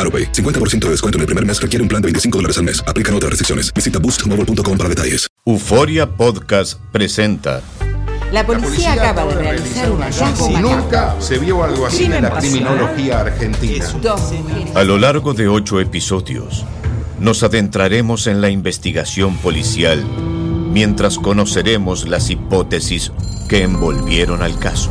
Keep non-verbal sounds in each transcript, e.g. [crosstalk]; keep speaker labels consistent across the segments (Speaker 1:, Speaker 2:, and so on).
Speaker 1: AroPay. 50% de descuento en el primer mes requiere un plan de 25 dólares al mes. Aplican otras restricciones. Visita boostmobile.com para detalles.
Speaker 2: Euforia Podcast presenta.
Speaker 3: La policía, acaba de realizar un hallazgo
Speaker 4: Si
Speaker 3: macabro.
Speaker 4: nunca se vio algo así en
Speaker 3: Crimen
Speaker 4: la
Speaker 3: pasional.
Speaker 4: criminología argentina.
Speaker 3: Dos mujeres.
Speaker 2: A lo largo de ocho episodios, nos adentraremos en la investigación policial mientras conoceremos las hipótesis que envolvieron al caso.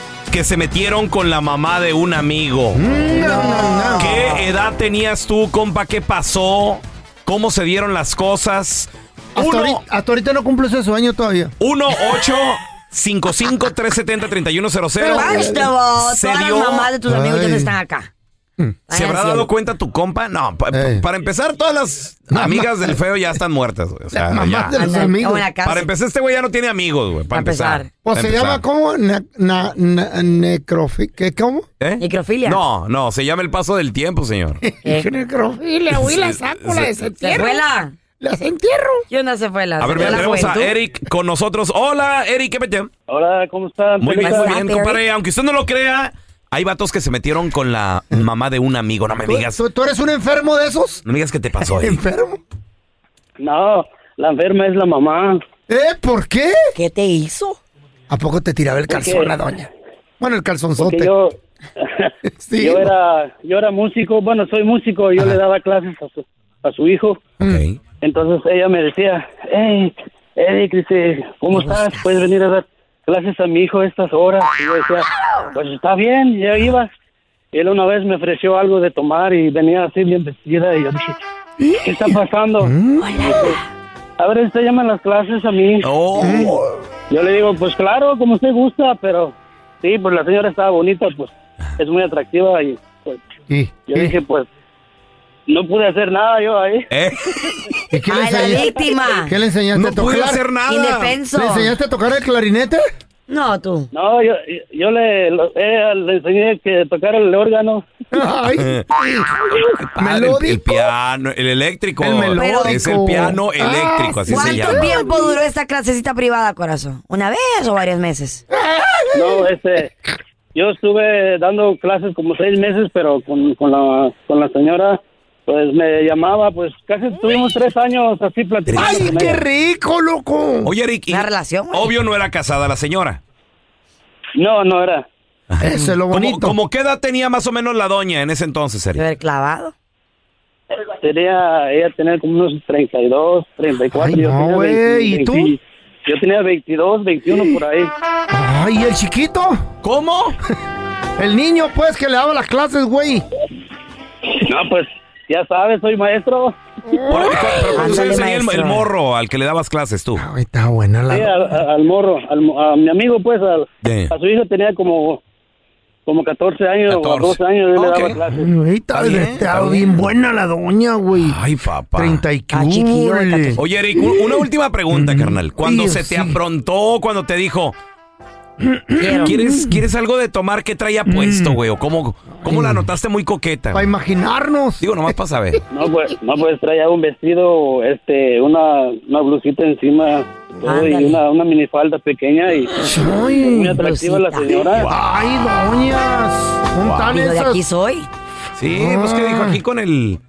Speaker 5: que se metieron con la mamá de un amigo.
Speaker 6: Mm. Ah.
Speaker 5: ¿Qué edad tenías tú, compa? ¿Qué pasó? ¿Cómo se dieron las cosas?
Speaker 6: Hasta, ahorita, hasta ahorita no cumple ese sueño todavía.
Speaker 5: 1 8 55 370 3100
Speaker 7: Pero first of all,
Speaker 5: Se
Speaker 7: todas las
Speaker 5: dio-
Speaker 7: mamás de tus amigos ya no
Speaker 6: Ay.
Speaker 7: están acá.
Speaker 5: ¿Se
Speaker 7: Ay,
Speaker 5: habrá
Speaker 7: al
Speaker 5: dado
Speaker 7: cielo.
Speaker 5: cuenta tu compa? No, pa-
Speaker 6: Ey.
Speaker 5: para empezar, todas las amigas del feo ya están muertas, güey. O sea,
Speaker 6: Las mamás
Speaker 5: ya.
Speaker 6: de los
Speaker 7: Anda,
Speaker 6: amigos.
Speaker 7: o en la cárcel.
Speaker 5: Para empezar, este güey ya no tiene amigos, güey. Para
Speaker 7: Para empezar.
Speaker 5: empezar.
Speaker 6: O
Speaker 5: Para
Speaker 6: se
Speaker 5: empezar.
Speaker 6: llama como na, na- na- necrofi- ¿qué, ¿Cómo?
Speaker 5: ¿Eh?
Speaker 7: Necrofilia.
Speaker 5: No, no, se llama el paso del tiempo, señor.
Speaker 7: ¿Eh?
Speaker 6: Necrofilia, güey, la saco, la
Speaker 7: ¿Se
Speaker 6: desentierro.
Speaker 7: fue la?
Speaker 6: La desentierro.
Speaker 7: Yo no se fue la.
Speaker 5: A ver, mira, tenemos a Eric con nosotros. Hola, Eric, ¿qué metió?
Speaker 8: Hola, ¿cómo están?
Speaker 5: Muy bien,
Speaker 7: ¿Cómo
Speaker 5: muy
Speaker 7: está,
Speaker 5: bien,
Speaker 7: Eric?
Speaker 5: compadre. Aunque usted no lo crea, hay vatos que se metieron con la mamá de un amigo. No me
Speaker 6: ¿Tú,
Speaker 5: digas,
Speaker 6: tú- tú eres un enfermo de esos?
Speaker 5: no me digas que te pasó,
Speaker 6: [laughs]
Speaker 5: Eric.
Speaker 6: ¿Enfermo?
Speaker 8: No, la enferma es la mamá.
Speaker 6: ¿Eh? ¿Por qué?
Speaker 7: ¿Qué te hizo?
Speaker 6: ¿A poco te tiraba el calzón
Speaker 8: qué?
Speaker 6: la doña? Bueno, el
Speaker 8: Que
Speaker 6: calzonzote.
Speaker 8: yo,
Speaker 6: [laughs]
Speaker 8: [laughs]
Speaker 6: Sí,
Speaker 8: yo era, yo era músico, bueno, soy músico, yo le daba clases a su, a su hijo.
Speaker 5: Ok.
Speaker 8: Entonces ella me decía, hey, Eric, dice, ¿cómo estás? ¿Puedes venir a dar clases a mi hijo a estas horas? Y yo decía, pues está bien, ya ibas. Y él una vez me ofreció algo de tomar y venía así bien vestida y yo dije, ¿qué está pasando? Dice, A ver, usted llama a las clases a mí. ¿Eh?
Speaker 5: Oh,
Speaker 8: Yo le digo, pues claro, como usted gusta, pero sí, pues la señora estaba bonita, pues es muy atractiva y pues,
Speaker 6: ¿Y,
Speaker 8: yo
Speaker 6: y-
Speaker 8: dije, pues no pude hacer nada yo ahí. [laughs]
Speaker 5: eh,
Speaker 6: y qué le
Speaker 7: Ay, Ah, la
Speaker 6: enseñaste?
Speaker 7: víctima.
Speaker 6: ¿Qué le enseñaste
Speaker 5: no
Speaker 6: a tocar?
Speaker 5: pude hacer nada.
Speaker 7: Indefenso.
Speaker 6: ¿Le enseñaste a tocar el clarinete?
Speaker 7: No, tú.
Speaker 8: No, yo, yo le, lo- eh, le enseñé que tocar el órgano.
Speaker 5: [laughs]
Speaker 6: Ay,
Speaker 5: Eh, Ah, el- El,
Speaker 6: melódico.
Speaker 5: piano, el eléctrico.
Speaker 6: El melódico.
Speaker 5: Es el piano
Speaker 6: Ah,
Speaker 5: eléctrico, así se
Speaker 7: ¿Cuánto
Speaker 5: llama.
Speaker 7: tiempo duró esta clasecita privada, corazón? ¿Una vez o varios meses?
Speaker 8: No, este, yo estuve dando clases como seis meses, pero con, con, la, con la señora, pues me llamaba, pues casi estuvimos tres años así platicando.
Speaker 6: ¡Ay,
Speaker 8: con
Speaker 6: qué
Speaker 8: ella.
Speaker 6: rico, loco!
Speaker 5: Oye, Eric, y
Speaker 7: Una relación, güey.
Speaker 5: obvio no era casada la señora.
Speaker 8: No, no era.
Speaker 6: Eso es lo
Speaker 5: ¿Cómo,
Speaker 6: bonito.
Speaker 5: cómo qué edad tenía más o menos la doña en ese entonces,
Speaker 7: ¿De
Speaker 5: Eric?
Speaker 7: haber clavado?
Speaker 8: Tenía, ella tenía como unos 32, 34.
Speaker 6: Ay,
Speaker 8: yo
Speaker 6: no,
Speaker 8: tenía
Speaker 6: güey,
Speaker 8: 20,
Speaker 6: ¿y tú?
Speaker 8: 20, Yo tenía 22, 21 por ahí.
Speaker 6: Ay, ¿y el chiquito?
Speaker 5: ¿Cómo?
Speaker 6: [laughs] El niño, pues, que le daba las clases, güey.
Speaker 8: No, pues, ya sabes, soy maestro.
Speaker 5: ¿Pero cuántos años tenía el, el morro al que le dabas clases tú?
Speaker 6: Ah, Está buena
Speaker 8: Sí, al, a- al morro, al mo- a mi amigo, pues, al-
Speaker 5: Sí.
Speaker 8: a su hijo tenía como, como 14 años o 12 años, yo le daba clases.
Speaker 6: Ay, Está, bien, está bien buena la doña, güey.
Speaker 5: Ay, papá.
Speaker 6: 30 y
Speaker 5: Ah, chiquillo,
Speaker 6: quúrele.
Speaker 5: Oye, Eric, u- una última pregunta, carnal. Cuando
Speaker 6: Mm. Dios,
Speaker 5: se te
Speaker 6: sí.
Speaker 5: aprontó, cuando te
Speaker 7: [clears throat]
Speaker 5: dijo, ¿quieres, ¿quieres algo de tomar? ¿Qué traía
Speaker 6: Mm.
Speaker 5: puesto, güey? ¿O cómo, cómo la notaste muy coqueta?
Speaker 6: Para
Speaker 5: güey?
Speaker 6: Mm. imaginarnos.
Speaker 5: Digo, nomás para saber.
Speaker 8: No, pues, no, pues traía un vestido, este, una, una blusita encima todo, y
Speaker 6: Ándale.
Speaker 8: una, una minifalda pequeña y muy atractiva la señora.
Speaker 6: Ay, doñas. ¿Son
Speaker 5: Wow.
Speaker 6: tan
Speaker 5: Digo, ¿de
Speaker 6: esas?
Speaker 5: aquí
Speaker 7: soy?
Speaker 5: Sí, pues que dijo aquí con el...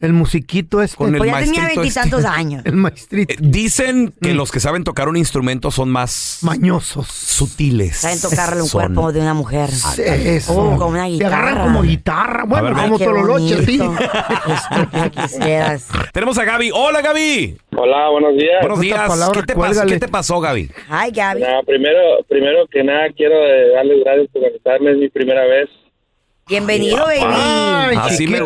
Speaker 6: El musiquito este.
Speaker 5: Con el Pues ya tenía
Speaker 6: [laughs]
Speaker 5: maestrito Eh,
Speaker 7: veintitantos años.
Speaker 6: El maestrito. Mm.
Speaker 5: Dicen que los que saben tocar un instrumento son más...
Speaker 6: Mañosos.
Speaker 5: Sutiles.
Speaker 7: Saben tocarle un
Speaker 5: Son-
Speaker 7: cuerpo de una mujer.
Speaker 5: Sí,
Speaker 6: eso.
Speaker 7: Oh, con una
Speaker 6: Te
Speaker 7: guitarra.
Speaker 6: agarran como guitarra. Bueno,
Speaker 5: ver,
Speaker 6: como
Speaker 5: Ay, qué
Speaker 6: Tololoche, sí. [laughs]
Speaker 5: [laughs] Tenemos a Gaby. Hola, Gaby.
Speaker 9: Hola, buenos días.
Speaker 5: Buenos días. ¿Qué te, pasó, ¿Qué te pasó, Gaby?
Speaker 7: Ay, Gaby.
Speaker 9: Nada, primero, primero que nada, quiero eh, darles gracias por contestarme. Es mi primera vez.
Speaker 7: Bienvenido, baby.
Speaker 5: así me,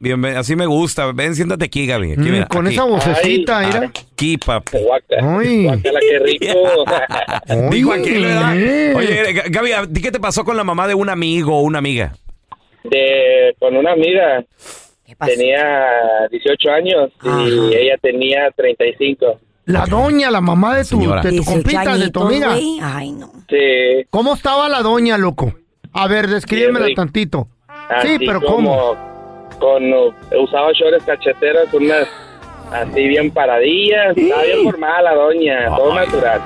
Speaker 5: Bienven- así me gusta. Ven, siéntate aquí, Gaby. Aquí,
Speaker 6: Mm,
Speaker 5: mira,
Speaker 6: con
Speaker 5: aquí.
Speaker 6: esa vocecita,
Speaker 5: Ay,
Speaker 6: mira.
Speaker 5: Aquí, papi.
Speaker 9: Guácala, qué
Speaker 5: [laughs]
Speaker 9: rico.
Speaker 5: Digo aquí, ¿verdad?
Speaker 9: eh.
Speaker 5: Oye, G- Gaby, ¿a ti qué te pasó con la mamá de un amigo o una amiga?
Speaker 9: De, con una amiga. Tenía 18 años y ella tenía 35.
Speaker 6: La doña, la mamá de tu,
Speaker 9: Señora.
Speaker 6: de tu
Speaker 9: 18
Speaker 6: compita, de tu
Speaker 9: añitos,
Speaker 6: amiga.
Speaker 9: güey.
Speaker 7: Ay, no.
Speaker 9: Sí,
Speaker 6: ¿Cómo estaba la doña, loco? A ver, descríbemela
Speaker 9: rico.
Speaker 6: tantito.
Speaker 9: así
Speaker 6: Sí, pero ¿cómo?
Speaker 9: como Con, uh, usaba shorts cacheteros, unas así bien paradillas. Estaba bien formada la doña, todo natural.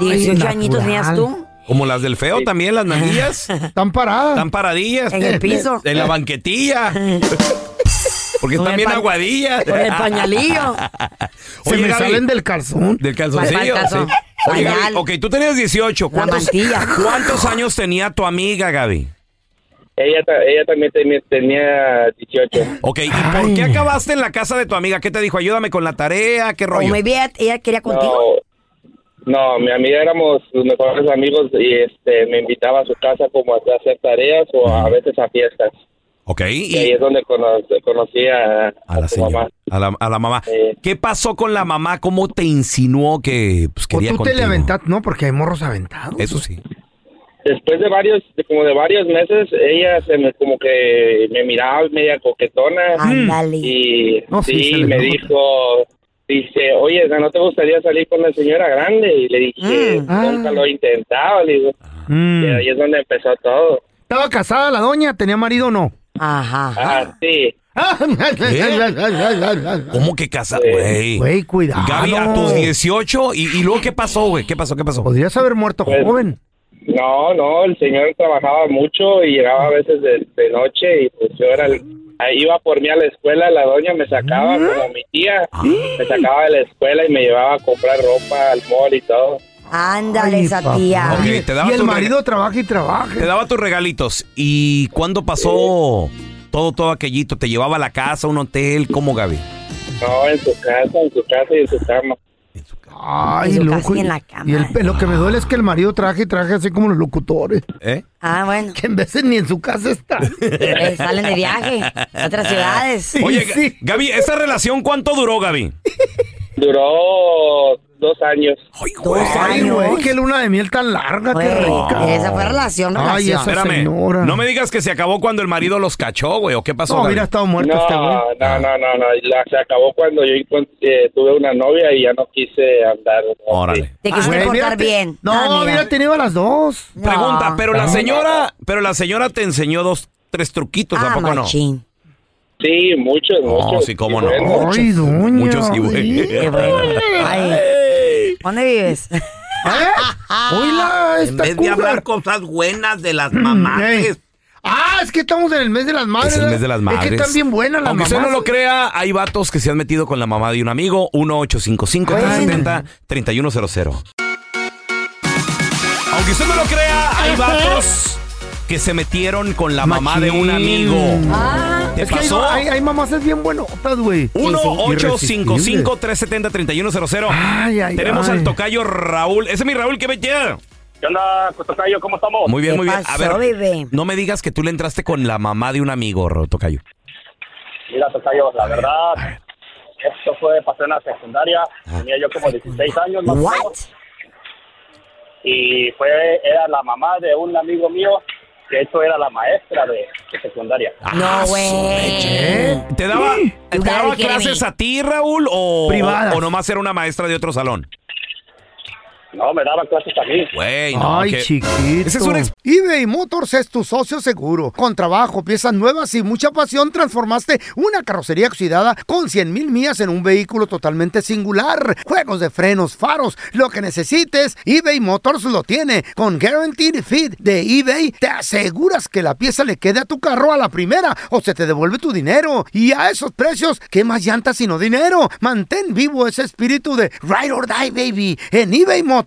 Speaker 7: 18 añitos Pues tenías tú.
Speaker 5: Como las del feo también, las
Speaker 6: [laughs]
Speaker 5: narillas.
Speaker 6: Están paradas.
Speaker 5: Están paradillas.
Speaker 7: En el piso.
Speaker 5: En la
Speaker 7: [laughs]
Speaker 5: banquetilla. Porque
Speaker 7: Con
Speaker 5: están
Speaker 7: el
Speaker 5: bien
Speaker 7: pa-
Speaker 5: aguadillas.
Speaker 7: con el
Speaker 5: [laughs]
Speaker 7: pañalillo.
Speaker 6: Se me salen del calzón.
Speaker 5: Del calzoncillo.
Speaker 6: Pa'l calzón.
Speaker 5: sí. Oye, Gaby,
Speaker 6: Pañal.
Speaker 5: ok, tú tenías 18. ¿Cuántos,
Speaker 7: mantilla.
Speaker 5: ¿Cuántos años tenía tu amiga, Gaby?
Speaker 9: Ella, ta- ella también tenía- tenía 18.
Speaker 5: Ok, ¿y por qué acabaste en la casa de tu amiga? ¿Qué te dijo? Ayúdame con la tarea, qué
Speaker 7: O
Speaker 5: rollo.
Speaker 7: maybe ella- ella quería contigo.
Speaker 9: No, mi amiga éramos los mejores amigos y este me invitaba a su casa como a hacer tareas o a veces a fiestas.
Speaker 5: Ok,
Speaker 9: Y, ahí es donde cono- conocí a, a su mamá.
Speaker 5: A la, a la mamá. ¿Qué pasó con la mamá? ¿Cómo te insinuó que pues,
Speaker 6: O
Speaker 5: quería
Speaker 6: tú te
Speaker 5: contigo?
Speaker 6: le aventaste, no, porque hay morros aventados.
Speaker 5: Eso sí.
Speaker 9: Después de varios, de como de varios meses, ella se me como que me miraba media coquetona y
Speaker 6: No, sí,
Speaker 9: sí,
Speaker 6: se le
Speaker 9: me
Speaker 6: nota.
Speaker 9: dijo, dice, oye, ¿no te gustaría salir con la señora grande? Y le dije,
Speaker 6: Mm.
Speaker 9: nunca lo he intentado, le digo.
Speaker 6: Ah.
Speaker 9: Y ahí es donde empezó todo.
Speaker 6: ¿Estaba casada la doña? ¿Tenía marido o no? [laughs]
Speaker 9: Ah, sí.
Speaker 5: ¿Eh? ¿Cómo que casa? Güey.
Speaker 6: Güey, cuidado.
Speaker 5: Gaby, a tus 18. ¿Y, y luego qué pasó, güey? ¿Qué pasó? ¿Qué pasó?
Speaker 6: Podrías haber muerto
Speaker 9: Pues,
Speaker 6: joven.
Speaker 9: No, no, el señor trabajaba mucho y llegaba a veces de, de noche y pues yo era el- ahí iba por mí a la escuela, la doña me sacaba como mi tía, me sacaba de la escuela y me llevaba a comprar ropa al mall y todo.
Speaker 7: Ándale, esa
Speaker 5: papá.
Speaker 7: tía.
Speaker 5: Ok, te daba
Speaker 6: Y el
Speaker 5: tu rega-
Speaker 6: marido trabaja y trabaja.
Speaker 5: Te daba tus regalitos. ¿Y cuándo pasó todo, todo aquellito? ¿Te llevaba a la casa, a un hotel? ¿Cómo, Gaby?
Speaker 9: No, en su casa, en su casa y en su cama.
Speaker 6: Ay,
Speaker 7: Eso
Speaker 6: loco.
Speaker 7: casi
Speaker 6: Y,
Speaker 7: en la cama.
Speaker 6: y el pe- lo que me duele es que el marido traje y traje así como los locutores.
Speaker 5: ¿Eh?
Speaker 7: Ah, bueno.
Speaker 6: Que en veces ni en su casa está.
Speaker 7: Eh, salen de viaje a otras ciudades.
Speaker 5: Ah. Oye, Ga- Gaby, ¿esta relación cuánto duró, Gaby?
Speaker 9: Duró dos años.
Speaker 6: Ay, güey, qué luna de miel tan larga, qué rica.
Speaker 7: Esa fue relación,
Speaker 6: Ay,
Speaker 7: relación.
Speaker 6: esa señora.
Speaker 5: No me digas que se acabó cuando el marido los cachó, güey. ¿O qué pasó?
Speaker 6: No,
Speaker 5: Gaby?
Speaker 6: hubiera estado
Speaker 9: No,
Speaker 6: muerto este güey.
Speaker 9: no, no, no, no, la- se acabó cuando yo encon- eh, tuve una novia y ya no quise andar. Órale.
Speaker 7: Te
Speaker 6: Ah, Güey,
Speaker 7: quisiste portar
Speaker 6: mírate.
Speaker 7: bien.
Speaker 6: No,
Speaker 7: Ah, mira.
Speaker 6: hubiera tenido a las dos.
Speaker 5: Ah, Pregunta, pero la
Speaker 6: No.
Speaker 5: señora, pero la señora te enseñó dos, tres truquitos, ¿a poco no?
Speaker 9: Sí, muchos,
Speaker 5: No, sí, cómo no.
Speaker 6: Ay, doña.
Speaker 5: Muchos sí, güey.
Speaker 7: Ay, ¿Dónde vives?
Speaker 6: ¿Eh? Oíla, Ah, esta
Speaker 10: vez de hablar
Speaker 5: cosas buenas de las
Speaker 6: mamás. Ah, es que estamos en el mes de las madres.
Speaker 5: Es el mes de las madres.
Speaker 6: Es que están bien buenas las
Speaker 5: Aunque
Speaker 6: mamás.
Speaker 5: usted no lo crea, hay vatos que se han metido con la mamá de un amigo. 1-855-370-3100. Aunque usted no lo crea, hay vatos que se metieron con la mamá de un amigo.
Speaker 6: Ah.
Speaker 5: ¿Te
Speaker 6: es
Speaker 5: pasó?
Speaker 6: que hay, hay, hay mamás es bien buenotas, güey.
Speaker 5: 1-855-370-3100.
Speaker 6: Ay, ay,
Speaker 5: Tenemos
Speaker 6: ay.
Speaker 5: al tocayo Raúl. Ese es mi Raúl, ¿qué me queda?
Speaker 11: ¿Qué onda, Cotocayo? ¿Cómo estamos?
Speaker 5: Muy bien, muy bien. A ver,
Speaker 7: bebé?
Speaker 5: no me digas que tú le entraste con la mamá de un amigo, Ro- Tocayo.
Speaker 11: Mira, Tocayo, la verdad, esto fue, pasó en la secundaria, tenía yo como 16 años más o menos. Y fue, era la mamá de un amigo mío, que esto era la maestra de, de secundaria.
Speaker 7: No, güey.
Speaker 5: Ah, ¿Te daba, te
Speaker 7: gotta
Speaker 5: daba
Speaker 7: be kidding
Speaker 5: clases
Speaker 7: me.
Speaker 5: a ti, Raúl? O,
Speaker 6: Privadas.
Speaker 5: o nomás era una maestra de otro salón?
Speaker 11: No, me daba clases a mí.
Speaker 5: Güey, no,
Speaker 6: Ay,
Speaker 5: que-
Speaker 6: chiquito.
Speaker 5: Ese es un ex-
Speaker 6: eBay Motors es tu socio seguro. Con trabajo, piezas nuevas y mucha pasión, transformaste una carrocería oxidada con 100 mil millas en un vehículo totalmente singular. Juegos de frenos, faros, lo que necesites, eBay Motors lo tiene. Con Guaranteed Fit de eBay, te aseguras que la pieza le quede a tu carro a la primera o se te devuelve tu dinero. Y a esos precios, ¿qué más llantas sino dinero? Mantén vivo ese espíritu de Ride or Die, baby, en eBay Motors.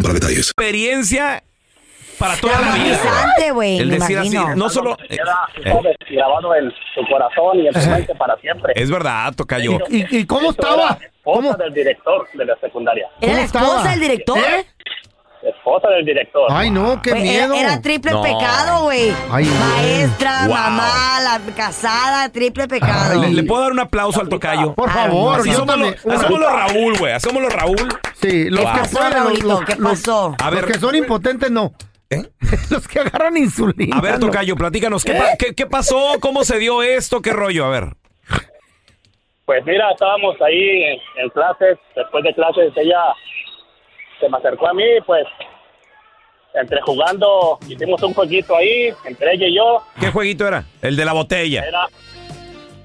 Speaker 1: para detalles.
Speaker 5: experiencia para toda la vida.
Speaker 7: Traumatizante, güey.
Speaker 5: El
Speaker 7: me
Speaker 5: decir así,
Speaker 7: imagino.
Speaker 5: no solo...
Speaker 11: Queda
Speaker 5: eh.
Speaker 11: todo grabado en tu corazón y en tu mente para siempre.
Speaker 5: Es verdad, Tocayo.
Speaker 6: ¿Y, y cómo
Speaker 11: Eso
Speaker 6: estaba?
Speaker 11: era Esposa del director de la secundaria. ¿Eh?
Speaker 7: ¿Era la
Speaker 6: estaba?
Speaker 7: esposa del director?
Speaker 11: Esposa del director.
Speaker 6: Ay, no, qué
Speaker 7: Güey, [laughs] era-
Speaker 6: miedo.
Speaker 7: Era, triple
Speaker 6: No.
Speaker 7: pecado, güey.
Speaker 6: Ay, güey.
Speaker 7: Maestra,
Speaker 5: Wow.
Speaker 7: mamá, la casada, triple pecado.
Speaker 5: ¿Le, le puedo dar un aplauso al Tocayo?
Speaker 6: Por favor,
Speaker 5: Así
Speaker 6: yo
Speaker 5: somos
Speaker 6: también.
Speaker 5: lo- así somos los Raúl, güey. así somos los Raúl.
Speaker 6: Sí, los
Speaker 5: Wow.
Speaker 6: que
Speaker 7: pasó,
Speaker 6: pueden, los-
Speaker 7: Raulito?
Speaker 6: los,
Speaker 7: ¿Qué
Speaker 6: los-
Speaker 7: pasó?
Speaker 5: A
Speaker 6: los
Speaker 5: ver, ¿Eh?
Speaker 6: que son impotentes, no. [laughs] los que agarran insulina.
Speaker 5: a ver,
Speaker 6: no.
Speaker 5: Tocayo, platícanos. ¿qué, pa- qué- qué pasó? ¿Cómo se dio esto? ¿Qué rollo? A ver.
Speaker 11: Pues mira, estábamos ahí en, en clases, después de clases ella se me acercó a mí, pues entre jugando, hicimos un jueguito ahí, entre ella y yo,
Speaker 5: ¿Qué jueguito era? El de la botella.
Speaker 11: era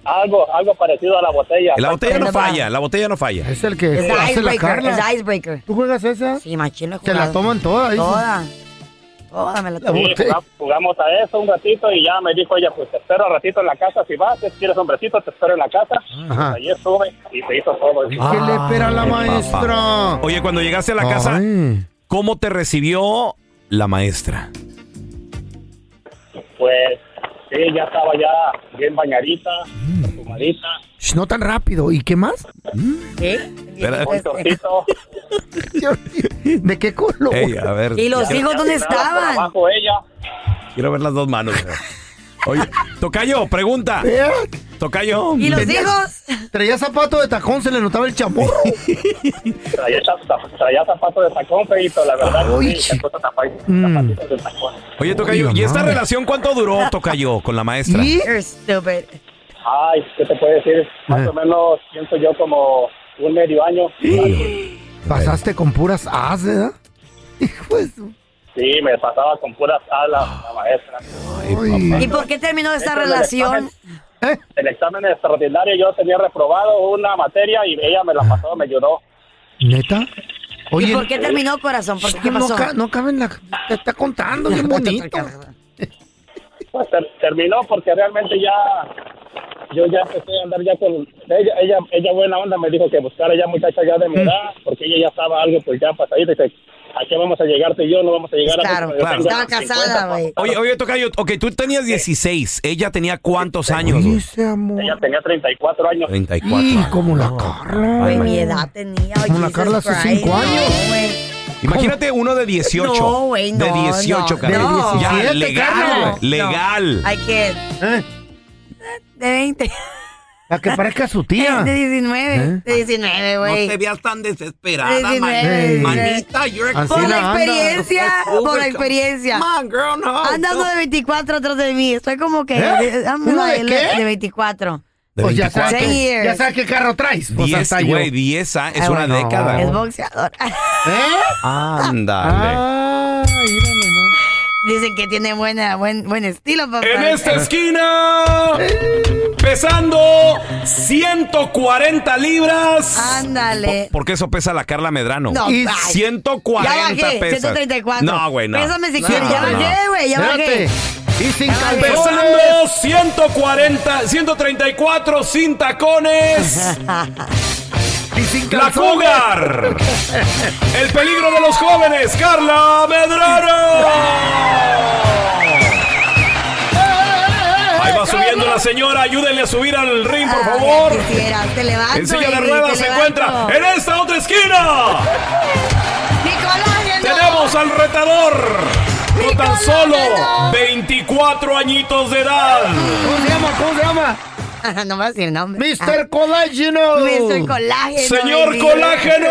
Speaker 11: algo, algo parecido a la botella.
Speaker 5: La botella no
Speaker 7: Ahí no va.
Speaker 5: falla, la botella no falla.
Speaker 6: Es el que
Speaker 7: Es
Speaker 6: hace la
Speaker 7: icebreaker,
Speaker 6: Carla.
Speaker 7: es icebreaker.
Speaker 6: ¿Tú juegas esa?
Speaker 7: Sí, machín lo he
Speaker 6: Te la
Speaker 7: jugado.
Speaker 6: toman toda. dices.
Speaker 7: Toda. Toda me la
Speaker 6: La
Speaker 7: tomo.
Speaker 11: Sí,
Speaker 6: botella.
Speaker 11: jugamos, jugamos a eso un ratito y ya me dijo ella, pues te espero un ratito en la casa, si vas, si quieres hombrecito, te espero en la casa.
Speaker 6: Ajá.
Speaker 11: Pues ahí estuve y se hizo todo.
Speaker 6: ¿Qué le espera la maestra?
Speaker 5: Oye, cuando llegaste a la casa,
Speaker 6: Ay.
Speaker 5: ¿cómo te recibió la maestra?
Speaker 11: Pues sí, ya estaba ya bien bañadita, fumadita,
Speaker 6: Sh, No tan rápido. ¿Y qué más?
Speaker 7: ¿Qué?
Speaker 5: Espera.
Speaker 11: un torcito.
Speaker 6: ¿De qué color?
Speaker 5: Ey, a ver.
Speaker 7: ¿Y los hijos dónde
Speaker 11: Nada, por
Speaker 7: estaban?
Speaker 11: Abajo ella.
Speaker 5: Quiero ver las dos manos. güey. Oye, Tocayo, pregunta.
Speaker 6: Vea,
Speaker 5: Tocayo.
Speaker 7: ¿Y los
Speaker 6: Tenías-
Speaker 7: hijos?
Speaker 6: Traía zapato de tacón, se le notaba el chamorro.
Speaker 11: Traía, zap- traía zapatos de tacón, feito, la verdad.
Speaker 6: Ay,
Speaker 11: sí,
Speaker 6: chico.
Speaker 11: zapatos, zapatos,
Speaker 6: Mm.
Speaker 11: zapatitos de tacón.
Speaker 5: Oye, Tocayo,
Speaker 6: Oye,
Speaker 5: ¿y esta
Speaker 6: madre.
Speaker 5: relación cuánto duró, Tocayo, con la maestra?
Speaker 6: ¿Y?
Speaker 7: You're stupid.
Speaker 11: Ay, ¿qué te puedo decir? Más
Speaker 6: Ah.
Speaker 11: o menos, pienso yo, como un medio año.
Speaker 6: Pasaste con puras as, ¿verdad? Hijo de su-
Speaker 11: Sí, me pasaba con puras alas la maestra.
Speaker 6: Ay.
Speaker 7: ¿Y por qué terminó esta
Speaker 11: Eso es la
Speaker 7: relación?
Speaker 6: ¿Eh?
Speaker 11: El examen extraordinario yo tenía reprobado una materia y ella me la pasó, me ayudó.
Speaker 6: ¿Neta? Oye,
Speaker 7: ¿Y por qué terminó, corazón? ¿Por qué, ¿Qué
Speaker 6: no,
Speaker 7: pasó?
Speaker 6: ca- no cabe en la... Te está contando bien bonito.
Speaker 11: Pues ter- terminó porque realmente ya... Yo ya empecé a andar ya con ella, ella, ella buena onda me dijo que buscara ya muchacha ya de mi edad, porque ella ya estaba algo pues ya pasadita, dice, ¿a qué vamos a llegar tú y yo? No vamos a llegar
Speaker 7: Claro,
Speaker 11: a... yo
Speaker 7: claro.
Speaker 11: tengo
Speaker 7: Estaba
Speaker 11: 50,
Speaker 7: casada, güey.
Speaker 5: Oye, oye, Tocayo, ok, tú tenías 16, ella tenía cuántos años,
Speaker 6: Oye,
Speaker 5: güey?
Speaker 6: ese amor.
Speaker 11: Ella tenía 34 años.
Speaker 5: 34.
Speaker 6: Y como la Carla.
Speaker 7: Güey, mi edad tenía. oye,
Speaker 6: Como la
Speaker 7: Jesus
Speaker 6: Carla hace
Speaker 7: Christ.
Speaker 6: cinco años.
Speaker 7: No, güey.
Speaker 5: Imagínate uno de 18.
Speaker 7: No, güey, no,
Speaker 5: De 18,
Speaker 7: no,
Speaker 5: Carla.
Speaker 7: no.
Speaker 5: Ya,
Speaker 6: 17,
Speaker 5: legal,
Speaker 6: Carla.
Speaker 5: güey,
Speaker 7: No.
Speaker 5: Legal.
Speaker 7: Hay que.
Speaker 6: ¿Eh?
Speaker 7: De 20.
Speaker 6: Para que parezca su tía. ¿Eh?
Speaker 7: [laughs] De 19. De 19, güey.
Speaker 12: No te veas tan desesperada,
Speaker 7: De 19.
Speaker 12: man- manita. You're
Speaker 7: Por la experiencia, por la experiencia.
Speaker 12: Come on, girl, no.
Speaker 7: Andando
Speaker 12: No.
Speaker 7: de 24 atrás de mí. Estoy como que.
Speaker 6: ¿Eh?
Speaker 7: I'm
Speaker 6: ¿Uno de
Speaker 7: like-
Speaker 6: qué?
Speaker 7: de 24.
Speaker 6: Pues ya sabes,
Speaker 7: Ten
Speaker 6: que-
Speaker 7: years.
Speaker 6: ya sabes qué carro traes. Pues
Speaker 5: Diez,
Speaker 6: hasta yo.
Speaker 5: güey, diez, ah, es
Speaker 6: Ah,
Speaker 5: una
Speaker 6: bueno.
Speaker 5: década.
Speaker 7: Es boxeador. Ah,
Speaker 5: Ándale.
Speaker 6: Ah,
Speaker 7: [laughs] Dicen que tiene buena, buen, buen estilo, papá.
Speaker 5: En esta esquina, pesando 140 libras.
Speaker 7: Ah, Ándale.
Speaker 5: Porque eso pesa la Carla Medrano.
Speaker 7: No,
Speaker 5: Y
Speaker 7: ay.
Speaker 5: 140
Speaker 7: Ya bajé,
Speaker 5: pesas.
Speaker 7: 134.
Speaker 5: No, güey, no.
Speaker 7: Pésame si
Speaker 5: No,
Speaker 7: quieres, ya
Speaker 5: no.
Speaker 7: bajé, güey, ya bajé.
Speaker 6: Y sin
Speaker 5: Pesando 140, 134 sin [laughs] tacones. La
Speaker 6: calzones.
Speaker 5: Cougar. El peligro de los jóvenes, Carla Medrano. Ahí va subiendo la señora, ayúdenle a subir al ring, por favor.
Speaker 7: Quisiera, te levanto.
Speaker 5: En silla de
Speaker 7: baby,
Speaker 5: ruedas
Speaker 7: te
Speaker 5: se
Speaker 7: levanto.
Speaker 5: encuentra en esta otra esquina. Tenemos al retador con tan solo 24 añitos de edad.
Speaker 6: ¿Cómo se llama? ¿Cómo se llama?
Speaker 7: [laughs] no me vas a decir el nombre.
Speaker 6: Mr. Colágeno.
Speaker 7: Mr. Colágeno.
Speaker 5: Señor
Speaker 7: baby.
Speaker 5: Colágeno.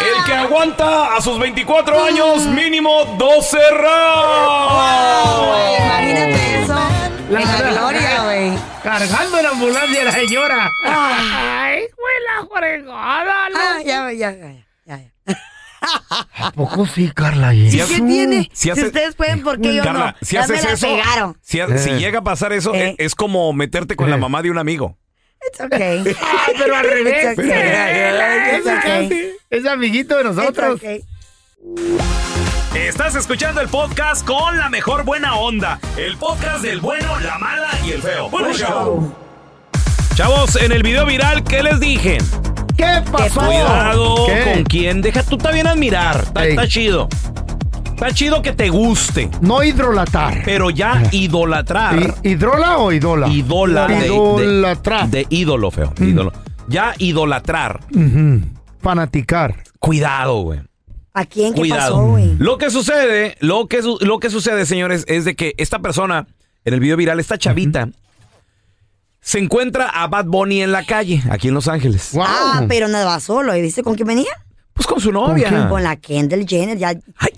Speaker 5: El que aguanta a sus 24 años
Speaker 7: Mm.
Speaker 5: mínimo 12 rounds.
Speaker 7: Imagínate eso. en la gloria, güey.
Speaker 6: Cargando la ambulancia la señora.
Speaker 7: Ay, güey, la fregada. Ah, ya, ya, ya.
Speaker 6: ¿A poco sí, Carla? ¿Y
Speaker 5: Si
Speaker 6: eso?
Speaker 7: ¿Qué tiene?
Speaker 5: si
Speaker 7: Si,
Speaker 6: [laughs]
Speaker 5: hace- Mm,
Speaker 7: ustedes pueden, ¿por qué yo
Speaker 5: Carla,
Speaker 7: no?
Speaker 5: si
Speaker 7: Ya me
Speaker 5: haces
Speaker 7: la
Speaker 5: eso,
Speaker 7: pegaron. Eh.
Speaker 5: si, ha- si llega a pasar eso, e- es como meterte con la mamá de un amigo.
Speaker 7: It's okay.
Speaker 6: Ay, Ah, pero al revés.
Speaker 7: It's okay. It's okay.
Speaker 6: Es amiguito de nosotros.
Speaker 5: Estás escuchando el podcast con la mejor buena onda. El podcast del bueno, la mala y el feo. Bueno, show. Chavos, en el video viral, ¿qué les dije?
Speaker 6: ¿Qué pasó?
Speaker 5: Cuidado
Speaker 6: ¿Qué?
Speaker 5: con quién. Deja, tú está bien admirar. Está,
Speaker 6: Ey.
Speaker 5: está chido. Está chido que te guste.
Speaker 6: No hidrolatar.
Speaker 5: Pero ya idolatrar.
Speaker 6: ¿Hi- ¿Hidrola o idola?
Speaker 5: Idola de- de-
Speaker 6: Idolatrar. Mm.
Speaker 5: De ídolo, feo. ídolo. Ya idolatrar.
Speaker 6: Ujú. Fanaticar.
Speaker 5: Cuidado, güey.
Speaker 7: ¿A quién? ¿Qué
Speaker 5: Cuidado.
Speaker 7: pasó, güey?
Speaker 5: lo que sucede, lo que, su- lo que sucede, señores, es de que esta persona, en el video viral, esta chavita, se encuentra a Bad Bunny en la calle, aquí en Los Ángeles.
Speaker 7: Ah, pero nada va solo. ¿Y viste con quién venía?
Speaker 5: Pues con su novia.
Speaker 7: Con, la Kendall Jenner. Ya.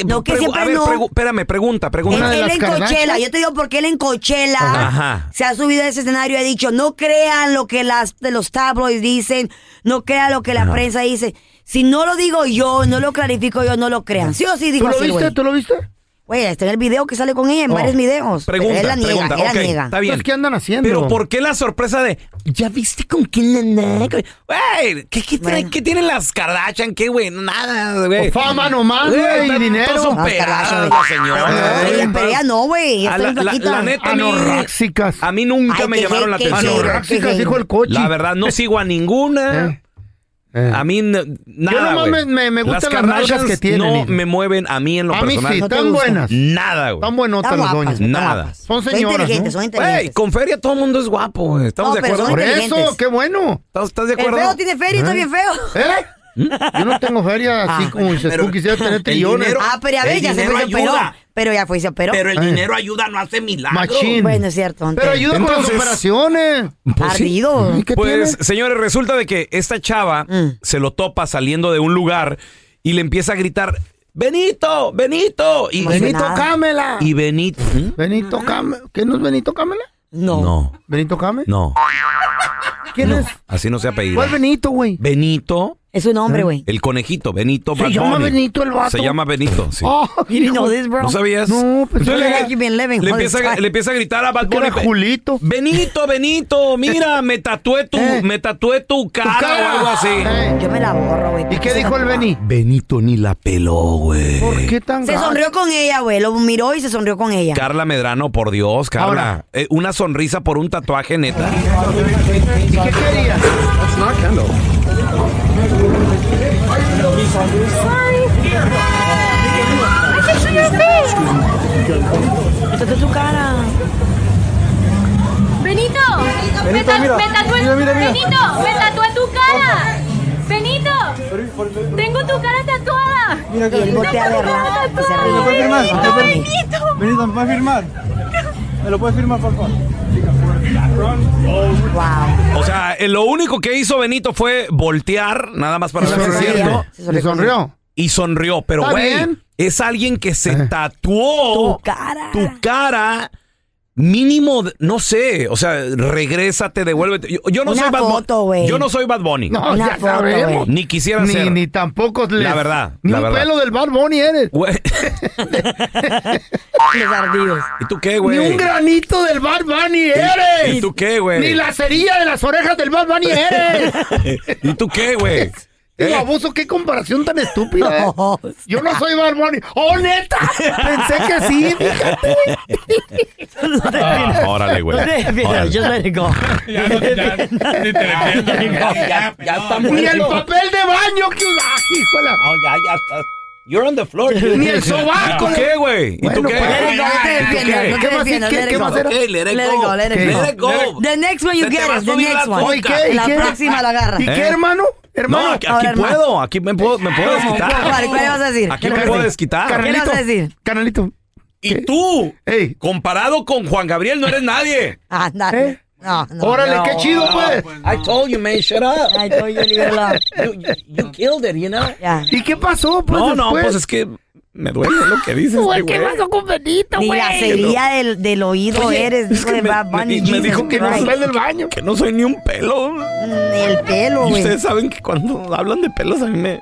Speaker 7: no, que
Speaker 5: Pregu-
Speaker 7: siempre
Speaker 5: a ver,
Speaker 7: no.
Speaker 5: pregu- espérame, pregunta,
Speaker 7: Él,
Speaker 5: pregunta.
Speaker 7: él en Coachella, yo te digo porque él en Coachella
Speaker 5: Ajá.
Speaker 7: se ha subido a ese escenario y ha dicho, no crean lo que las, de los tabloides dicen, no crean lo que la prensa dice. Si no lo digo yo, no lo clarifico yo, no lo crean. Sí o sí
Speaker 6: ¿Tú
Speaker 7: digo
Speaker 6: lo
Speaker 7: así,
Speaker 6: viste?
Speaker 7: güey.
Speaker 6: ¿Tú lo viste?
Speaker 7: Güey, está en el video que sale con ella en
Speaker 6: Oh.
Speaker 7: varios videos. pero
Speaker 5: Pregunta,
Speaker 7: él la niega,
Speaker 5: pregunta.
Speaker 7: él la
Speaker 5: ok,
Speaker 7: niega.
Speaker 5: Está
Speaker 6: Entonces,
Speaker 5: bien.
Speaker 6: Pues, ¿qué andan haciendo?
Speaker 5: Pero ¿por qué la sorpresa de ya viste con quién andé? Güey, ¿qué, qué, trae- qué tienen las Kardashian? ¿Qué, güey? Nada, güey.
Speaker 6: Pues fama nomás,
Speaker 5: Güey,
Speaker 6: güey,
Speaker 5: están
Speaker 6: y dinero.
Speaker 5: todos son
Speaker 6: Las
Speaker 5: pegadas,
Speaker 6: Kardashian,
Speaker 5: la
Speaker 6: güey.
Speaker 5: señora.
Speaker 7: Ella-
Speaker 5: Güey,
Speaker 7: pero ella no, güey, ella
Speaker 5: A
Speaker 7: está
Speaker 5: Ah, la,
Speaker 7: bien
Speaker 5: la-
Speaker 7: flaquita.
Speaker 5: la neta, a mí-
Speaker 6: Anoráxicas.
Speaker 5: a mí nunca
Speaker 7: Ay,
Speaker 5: me
Speaker 7: qué
Speaker 5: llamaron la
Speaker 7: hate, qué
Speaker 5: atención.
Speaker 7: hate.
Speaker 6: Anoráxicas, dijo el coche.
Speaker 5: La verdad, no sigo a ninguna. A mí, n-
Speaker 6: Eh.
Speaker 5: nada,
Speaker 6: nomás me-
Speaker 5: güey.
Speaker 6: me- me gustan las
Speaker 5: Kardashians
Speaker 6: nalgas que tienen,
Speaker 5: No
Speaker 6: hijo.
Speaker 5: me mueven a mí en lo
Speaker 6: A mí
Speaker 5: personal.
Speaker 6: sí,
Speaker 7: No te
Speaker 6: tan
Speaker 7: gusta.
Speaker 6: buenas.
Speaker 5: Nada, güey.
Speaker 6: Tan buenotas
Speaker 7: Están
Speaker 6: las
Speaker 7: guapas,
Speaker 6: doñas.
Speaker 7: están
Speaker 5: Nada.
Speaker 7: guapas.
Speaker 6: Son
Speaker 7: Son
Speaker 6: señoras,
Speaker 7: inteligentes,
Speaker 6: ¿no?
Speaker 7: son
Speaker 5: Güey,
Speaker 7: inteligentes.
Speaker 5: con feria todo el mundo es guapo, güey. ¿Estamos
Speaker 7: No,
Speaker 5: de
Speaker 7: pero
Speaker 5: acuerdo?
Speaker 6: Por
Speaker 7: son
Speaker 6: eso,
Speaker 7: inteligentes.
Speaker 6: qué bueno.
Speaker 5: ¿Estás, estás de
Speaker 7: El
Speaker 5: acuerdo? ¿Mm?
Speaker 7: feo tiene feria y está bien feo.
Speaker 6: ¿Eh? Yo no tengo feria así como dices tú, quisiera tener trillones.
Speaker 12: dinero-
Speaker 7: Ah, pero a ver,
Speaker 12: El
Speaker 7: ya se fue,
Speaker 12: dinero
Speaker 7: se operó.
Speaker 12: ayuda.
Speaker 7: Pero ya fue, y se operó.
Speaker 12: Pero el
Speaker 6: Eh.
Speaker 12: dinero ayuda, no hace milagros.
Speaker 6: Machín.
Speaker 7: Bueno, es cierto.
Speaker 6: Pero ayuda con las
Speaker 5: Entonces-
Speaker 6: operaciones.
Speaker 7: Ardido.
Speaker 6: ¿Y ¿Qué
Speaker 5: Pues,
Speaker 6: tiene? Mm.
Speaker 5: señores, resulta de que esta chava se lo topa saliendo de un lugar y le empieza a gritar, Benito, Benito. Y
Speaker 6: Benito
Speaker 7: nada.
Speaker 6: Cámela.
Speaker 5: Y Benito... ¿Mm?
Speaker 6: Benito Cámela. ¿Qué no es Benito Cámela?
Speaker 7: No.
Speaker 5: No,
Speaker 6: ¿Benito Cámela?
Speaker 5: no,
Speaker 6: ¿Quién es?
Speaker 5: así no se apellida.
Speaker 6: ¿Cuál Benito, güey? ¿Eh?
Speaker 5: Benito,
Speaker 7: Es un hombre, güey.
Speaker 5: el conejito, Benito
Speaker 6: ¿Se
Speaker 5: Bad
Speaker 6: llama
Speaker 5: Bunny.
Speaker 6: Benito el vato?
Speaker 5: Se llama Benito, sí.
Speaker 6: Oh,
Speaker 7: You didn't know
Speaker 6: hijo de-
Speaker 7: this, bro.
Speaker 5: ¿No sabías?
Speaker 6: No, pues,
Speaker 5: Entonces
Speaker 7: like you've been living
Speaker 5: le,
Speaker 7: all
Speaker 5: empieza,
Speaker 7: this
Speaker 5: a-
Speaker 7: time.
Speaker 5: le empieza a gritar a Bad
Speaker 6: que
Speaker 5: Bunny.
Speaker 6: era Julito.
Speaker 5: Benito, Benito, mira, me tatué tu,
Speaker 6: [laughs] Eh.
Speaker 5: me tatué tu cara,
Speaker 6: cara.
Speaker 5: o algo así.
Speaker 6: Eh.
Speaker 7: Yo me la borro, güey.
Speaker 6: ¿Y qué dijo el Beni?
Speaker 5: Benito ni la peló, güey.
Speaker 6: ¿Por qué tan
Speaker 7: Se
Speaker 6: gacho?
Speaker 7: sonrió con ella, güey. Lo miró y se sonrió con ella. [laughs]
Speaker 5: Carla Medrano, por Dios, Carla.
Speaker 6: Ahora.
Speaker 5: Eh, una sonrisa por un tatuaje, neta.
Speaker 6: ¿Y qué quería?
Speaker 7: Esta es tu cara.
Speaker 13: Benito, me, ta- me tatué, Benito, me tatué tu cara. Benito, tengo tu cara tatuada. Mira
Speaker 7: Y él voltea a verla y se ríe.
Speaker 13: Benito, Benito,
Speaker 7: ¿Me puede firmar?
Speaker 13: Benito,
Speaker 14: ¿Me lo puedes firmar, por favor?
Speaker 5: O sea, eh, lo único que hizo Benito fue voltear, nada más para
Speaker 6: Y
Speaker 5: ver si es
Speaker 6: sonreír.
Speaker 5: cierto.
Speaker 6: Sí, se Y sonrió. Eh.
Speaker 5: Y sonrió, pero
Speaker 6: Está
Speaker 5: güey,
Speaker 6: bien.
Speaker 5: es alguien que se tatuó tu cara. Mínimo, de- no sé, o sea, regrésate, devuélvete. Yo, yo no
Speaker 6: Una
Speaker 5: soy Bad Bunny.
Speaker 6: foto, güey.
Speaker 5: Yo no soy Bad Bunny.
Speaker 6: No, Una ya foto, sabemos. güey.
Speaker 5: Ni quisiera
Speaker 6: Ni-
Speaker 5: ser.
Speaker 6: ni tampoco
Speaker 5: La
Speaker 6: les-
Speaker 5: verdad.
Speaker 6: Ni
Speaker 5: la
Speaker 6: un
Speaker 5: verdad.
Speaker 6: pelo del Bad Bunny eres.
Speaker 5: [laughs] Güey.
Speaker 7: Los ardidos.
Speaker 5: ¿Y tú qué, güey?
Speaker 6: Ni un granito del Bad Bunny eres.
Speaker 5: ¿Y tú qué, güey?
Speaker 6: Ni la cerilla de las orejas del Bad Bunny [laughs] eres.
Speaker 5: ¿Y tú qué, [laughs] güey? Eh,
Speaker 6: Digo, abuso, qué comparación tan estúpida. ¿eh? Yo no soy Bad Bunny. ¡Oh, neta! Pensé que sí, fíjate.
Speaker 5: Ah, órale, [laughs] güey. Órale. [laughs]
Speaker 14: Ya, no, ya,
Speaker 7: [laughs]
Speaker 14: ni te
Speaker 12: Ya, ya está
Speaker 6: Ni el
Speaker 12: muerto.
Speaker 6: papel de baño que... ¡Ay, híjole!
Speaker 12: No, ya, ya está.
Speaker 5: You're on the [laughs] floor.
Speaker 12: dude.
Speaker 6: Ni el sobaco.
Speaker 5: ¿Y tú qué, güey? ¿Y tú
Speaker 6: Bueno,
Speaker 5: qué?
Speaker 6: pues, let it go, no te
Speaker 5: ¿Y tú qué?
Speaker 6: defiendas, no te
Speaker 5: ¿Qué más-
Speaker 7: defiendas,
Speaker 5: qué-
Speaker 7: let it
Speaker 5: qué
Speaker 7: go.
Speaker 5: más era?
Speaker 7: Okay, let it Let it go. go, let it go. The next one you
Speaker 5: Se te
Speaker 7: get
Speaker 5: va a
Speaker 7: it, the
Speaker 5: subir la
Speaker 7: next one.
Speaker 5: tuca.
Speaker 7: Oye, ¿qué? ¿Y La qué? próxima la agarra.
Speaker 5: ¿Eh? No, aquí, aquí
Speaker 7: Ahora, hermano.
Speaker 5: puedo, aquí me puedo, me puedo
Speaker 7: ¿Cómo?
Speaker 5: desquitar.
Speaker 7: ¿Cuál- cuál ibas a decir?
Speaker 5: Aquí
Speaker 7: ¿Qué
Speaker 5: me
Speaker 7: ibas a
Speaker 5: puedo
Speaker 7: decir?
Speaker 5: desquitar.
Speaker 7: ¿Qué ibas a decir?
Speaker 6: Canalito.
Speaker 5: Y tú, comparado con Juan Gabriel, no eres nadie.
Speaker 7: Ándale. No, no.
Speaker 5: ¿Eh? Órale, qué chido, pues.
Speaker 12: I told you, man, shut up.
Speaker 7: I told you, leave it
Speaker 5: [laughs]
Speaker 7: alone.
Speaker 12: You, you killed it, you know?
Speaker 6: ¿Y qué pasó, pues,
Speaker 5: no, no,
Speaker 6: después?
Speaker 5: pues es que me duele lo que dices,
Speaker 6: Güey,
Speaker 7: Pues,
Speaker 5: este
Speaker 6: ¿qué
Speaker 5: güey.
Speaker 6: pasó con Benito,
Speaker 7: Ni
Speaker 6: güey?
Speaker 7: la cerilla del, del oído
Speaker 6: Oye,
Speaker 7: eres,
Speaker 5: es
Speaker 7: hijo
Speaker 5: que
Speaker 7: de
Speaker 5: me-
Speaker 7: Bad Bunny.
Speaker 5: me- me
Speaker 7: Jesus
Speaker 5: dijo que no
Speaker 7: Christ.
Speaker 5: sale del
Speaker 6: baño.
Speaker 5: Que no soy ni un pelo.
Speaker 7: El pelo,
Speaker 5: Y
Speaker 7: güey.
Speaker 5: ustedes saben que cuando hablan de pelos a mí me...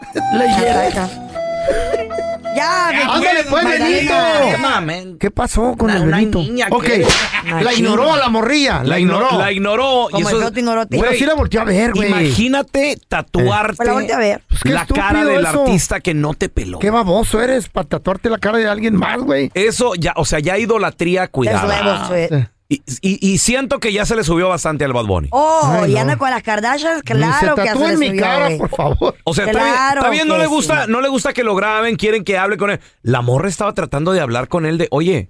Speaker 7: Ya, Benito.
Speaker 6: Ándale, pues, Benito. ¿Qué pasó con el Benito? ok, la ignoró a la morrilla. La ignoró.
Speaker 5: La ignoró. y eso-
Speaker 6: Pero
Speaker 5: Güey,
Speaker 6: sí la volteó a ver, güey.
Speaker 5: Imagínate tatuarte
Speaker 6: Pues la volteé a ver. Pues qué
Speaker 5: la
Speaker 6: estúpido
Speaker 5: cara del
Speaker 6: eso.
Speaker 5: artista que no te peló.
Speaker 6: Qué baboso eres para tatuarte la cara de alguien más, güey.
Speaker 5: Eso ya, o sea, ya idolatría,
Speaker 6: Ah,
Speaker 7: huevos,
Speaker 5: cuidado.
Speaker 7: güey.
Speaker 5: Y, y- y siento que ya se le subió bastante al Bad Bunny.
Speaker 7: Oh, y anda con las Kardashians, claro que hace mi cara,
Speaker 5: pues.
Speaker 6: por favor.
Speaker 5: O sea, está bien-
Speaker 7: Claro
Speaker 5: está bien, no
Speaker 7: que
Speaker 5: le gusta, no le gusta que lo graben, quieren que hable con él. La morra estaba tratando de hablar con él de, oye,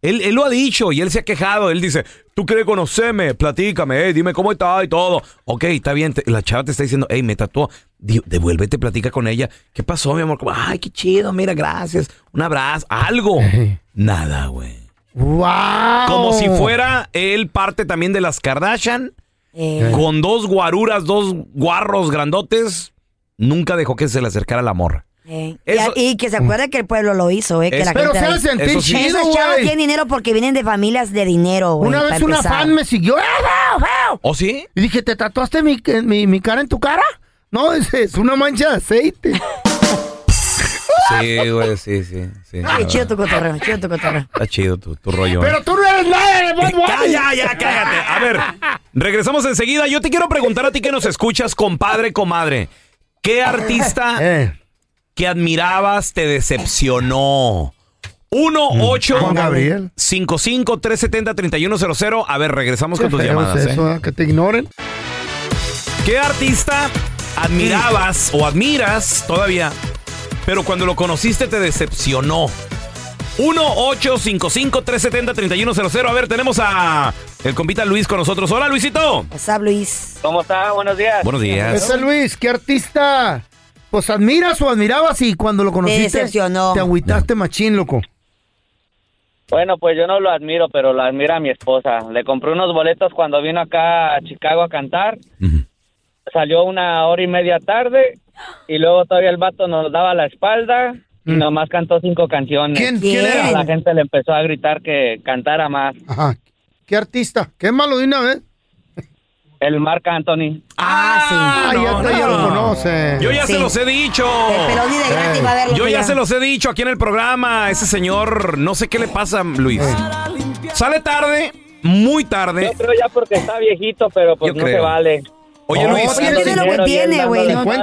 Speaker 5: él, él lo ha dicho y él se ha quejado. Él dice, tú quieres conocerme, platícame, hey, dime cómo está y todo. Ok, está bien, te- la chava te está diciendo, hey, me tatuó, Di- devuélvete, platica con ella. ¿Qué pasó, mi amor? Como, Ay, qué chido, mira, gracias. Un abrazo, algo. Nada, güey.
Speaker 6: ¡Wow!
Speaker 5: Como si fuera él parte también de las Kardashian.
Speaker 7: Eh.
Speaker 5: Con dos guaruras, dos guarros grandotes. Nunca dejó que se le acercara la morra.
Speaker 7: Eh, y a- y, que se acuerde que el pueblo lo hizo, eh, que
Speaker 5: Es-
Speaker 7: la
Speaker 5: Pero
Speaker 7: gente
Speaker 5: se
Speaker 7: la
Speaker 5: hace
Speaker 7: hizo.
Speaker 5: sentir Eso sí. chido,
Speaker 7: Esos chavos
Speaker 5: güey.
Speaker 7: tienen dinero porque vienen de familias de dinero, güey.
Speaker 6: Una vez
Speaker 7: para
Speaker 6: una
Speaker 7: empezar.
Speaker 6: fan me siguió. ¡Eh, feo, feo!
Speaker 5: ¿O ¿Oh, sí?
Speaker 6: Y dije, ¿te tatuaste mi, eh, mi, mi cara en tu cara? No, [laughs] es, es una mancha de aceite.
Speaker 5: Sí, güey, sí, sí. sí
Speaker 7: Ay, chido tu cotorreo, chido tu cotorreo.
Speaker 5: Está chido tu, tu rollo. ¿eh?
Speaker 6: tú no eres nadie de
Speaker 5: Ya, ya, ya, cállate. A ver, regresamos enseguida. Yo te quiero preguntar a ti que nos escuchas, compadre, comadre. ¿Qué artista
Speaker 6: Eh.
Speaker 5: que admirabas te decepcionó? 1 8
Speaker 6: Mm. Juan Gabriel.
Speaker 5: 55 370 3100 A ver, regresamos con tus
Speaker 6: Qué feo es
Speaker 5: llamadas. ¿eh?
Speaker 6: eso, ¿eh? Que te ignoren.
Speaker 5: ¿Qué artista admirabas o admiras todavía, pero cuando lo conociste te decepcionó? 1-855-370-3100. A ver, tenemos a el compita Luis con nosotros. Hola, Luisito.
Speaker 7: Hola, Luis.
Speaker 6: ¿Cómo está? Buenos días.
Speaker 5: Buenos días.
Speaker 6: Ese Luis, ¿qué artista? Pues admiras o admirabas y cuando lo conociste
Speaker 11: decepcionó.
Speaker 6: te agüitaste machín, loco.
Speaker 11: Bueno, pues yo no lo admiro, pero lo admira mi esposa. Le compré unos boletos cuando vino acá a Chicago a cantar. Salió una hora y media tarde y luego todavía el vato nos daba la espalda y
Speaker 5: Mm.
Speaker 11: nomás cantó cinco canciones.
Speaker 6: ¿Quién- quién era?
Speaker 11: La gente le empezó a gritar que cantara más.
Speaker 6: Ajá. ¿Qué artista? ¿Qué malo de una vez?
Speaker 11: El Marc Anthony.
Speaker 7: Ah,
Speaker 6: sí. ya,
Speaker 5: no,
Speaker 6: está, ya
Speaker 5: no.
Speaker 6: lo conoce.
Speaker 5: Yo ya se
Speaker 6: Sí.
Speaker 5: los he dicho.
Speaker 7: pelón y de gratis
Speaker 5: Eh.
Speaker 7: va a verlo,
Speaker 5: Yo ya
Speaker 7: mira.
Speaker 5: se los he dicho aquí en el programa. Ese señor, no sé qué le pasa, Luis. Sale tarde, muy tarde.
Speaker 11: Yo creo ya Ah, porque está viejito, pero pues
Speaker 5: Yo
Speaker 11: no
Speaker 5: creo.
Speaker 11: se vale.
Speaker 5: Oye, Luis.
Speaker 7: Pues ya tiene lo que tiene, güey. No, no sé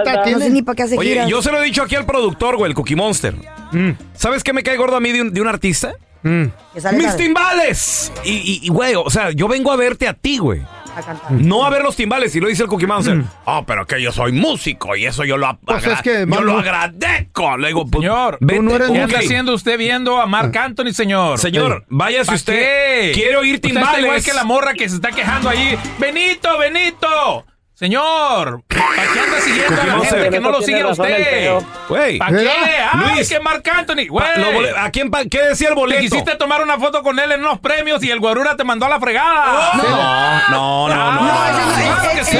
Speaker 7: ni para qué hace
Speaker 5: Oye,
Speaker 7: giras.
Speaker 5: yo se lo he dicho aquí al productor, güey, el Cookie Monster.
Speaker 14: Mm.
Speaker 5: ¿Sabes qué me cae gordo a mí de un, de un artista?
Speaker 7: Que sale
Speaker 5: ¡Mis
Speaker 7: tarde.
Speaker 5: timbales! Y- Y, y, güey, o sea, yo vengo a verte a ti, güey.
Speaker 7: A cantar.
Speaker 5: No a ver los timbales, y lo dice el Cookie Monster. Oh, pero que yo soy músico y eso yo lo,
Speaker 14: Mm. Pues
Speaker 5: agra-
Speaker 14: es que,
Speaker 5: yo
Speaker 14: mano-
Speaker 5: lo agradezco. Le digo, pues,
Speaker 14: Señor,
Speaker 5: vete,
Speaker 14: ¿qué
Speaker 5: ok.
Speaker 14: está haciendo usted viendo a Marc Anthony, señor?
Speaker 5: Ah. Señor, váyase
Speaker 14: ¿Pa'
Speaker 5: usted.
Speaker 14: qué?
Speaker 5: Quiero oír
Speaker 14: Usted está
Speaker 5: timbales.
Speaker 14: igual que la morra que se está quejando allí. ¡Benito, Benito! Señor, ¿para qué anda siguiendo a la
Speaker 5: Coquimoso,
Speaker 14: gente que no lo
Speaker 5: tiene
Speaker 14: sigue a
Speaker 5: razón el
Speaker 14: usted?
Speaker 5: feo. Güey.
Speaker 14: ¿Para qué?
Speaker 5: Mira.
Speaker 14: ¡Ay,
Speaker 5: Luis.
Speaker 14: que Marc Anthony! güey.
Speaker 5: Pa- lo bole- ¿A quién pa- qué decía el boleto?
Speaker 14: Te quisiste tomar una foto con él en unos premios y el guarura te mandó a la
Speaker 5: Oh,
Speaker 14: fregada. Ah,
Speaker 5: No, no, no.
Speaker 14: Claro que sí.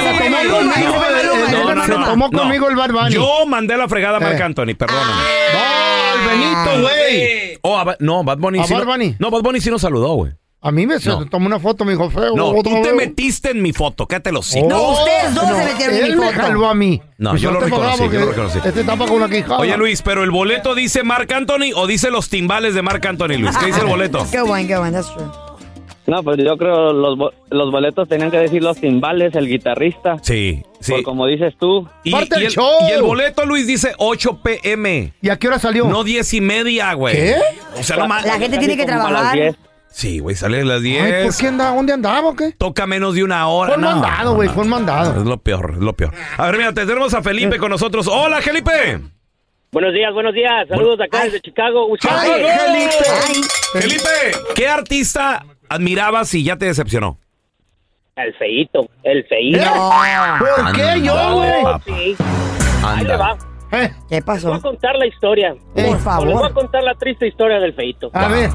Speaker 6: Se tomó
Speaker 5: No.
Speaker 6: conmigo el Bad Bunny.
Speaker 5: Yo mandé la fregada a Marc Anthony, perdóname.
Speaker 14: Ah,
Speaker 6: ¡El Benito, güey!
Speaker 5: Oh, a Ba- no, Bad Bunny
Speaker 6: ¿A
Speaker 5: sí.
Speaker 6: Bad
Speaker 5: lo- No, Bad Bunny sí nos saludó, güey.
Speaker 6: A mí me se tomó una foto, me dijo feo.
Speaker 5: No,
Speaker 6: otro
Speaker 5: tú te
Speaker 6: feo.
Speaker 5: metiste en mi foto, cállate los hocico.
Speaker 6: Oh, pues no, Él me
Speaker 5: foto.
Speaker 6: jaló a mí.
Speaker 5: No, yo lo
Speaker 6: te pagaba
Speaker 5: reconocí, yo lo
Speaker 6: porque
Speaker 5: reconocí.
Speaker 6: Este tapa con la quijada.
Speaker 5: Oye, Luis, pero el boleto dice Marc Anthony o dice los timbales de Marc Anthony, Luis. ¿Qué dice el
Speaker 7: [laughs]
Speaker 5: boleto?
Speaker 7: Go on, go on, that's true.
Speaker 11: No, pues yo creo los, bo- los boletos tenían que decir los timbales, el guitarrista.
Speaker 5: Sí, sí.
Speaker 11: Por como dices tú.
Speaker 5: Y, y el, y el boleto, Luis, dice 8 pm.
Speaker 6: ¿Y a qué hora salió?
Speaker 5: No 10 y media, güey.
Speaker 6: ¿Qué?
Speaker 5: O sea, no más.
Speaker 7: La gente tiene que trabajar.
Speaker 5: Sí, güey, sale a las 10.
Speaker 6: Ay, ¿por qué andaba? ¿Dónde andaba o qué?
Speaker 5: Toca menos de una hora.
Speaker 6: Fue un
Speaker 5: no.
Speaker 6: mandado, güey, fue un mandado.
Speaker 5: Es lo peor, es lo peor. A ver, mira, tenemos a Felipe con nosotros. Hola, Felipe.
Speaker 15: Buenos días, buenos días. Saludos de acá desde Chicago.
Speaker 5: Ay,
Speaker 15: Felipe!
Speaker 5: Felipe, ¿qué artista admirabas y ya te decepcionó?
Speaker 15: El feíto, el feíto.
Speaker 7: Ah,
Speaker 6: ¿Por qué yo, güey? Eh.
Speaker 15: Sí. Ahí le va.
Speaker 7: ¿Qué pasó?
Speaker 15: Les voy a contar la historia.
Speaker 7: Por
Speaker 15: Les voy a
Speaker 7: favor.
Speaker 15: contar la triste historia del feíto.
Speaker 6: A ver.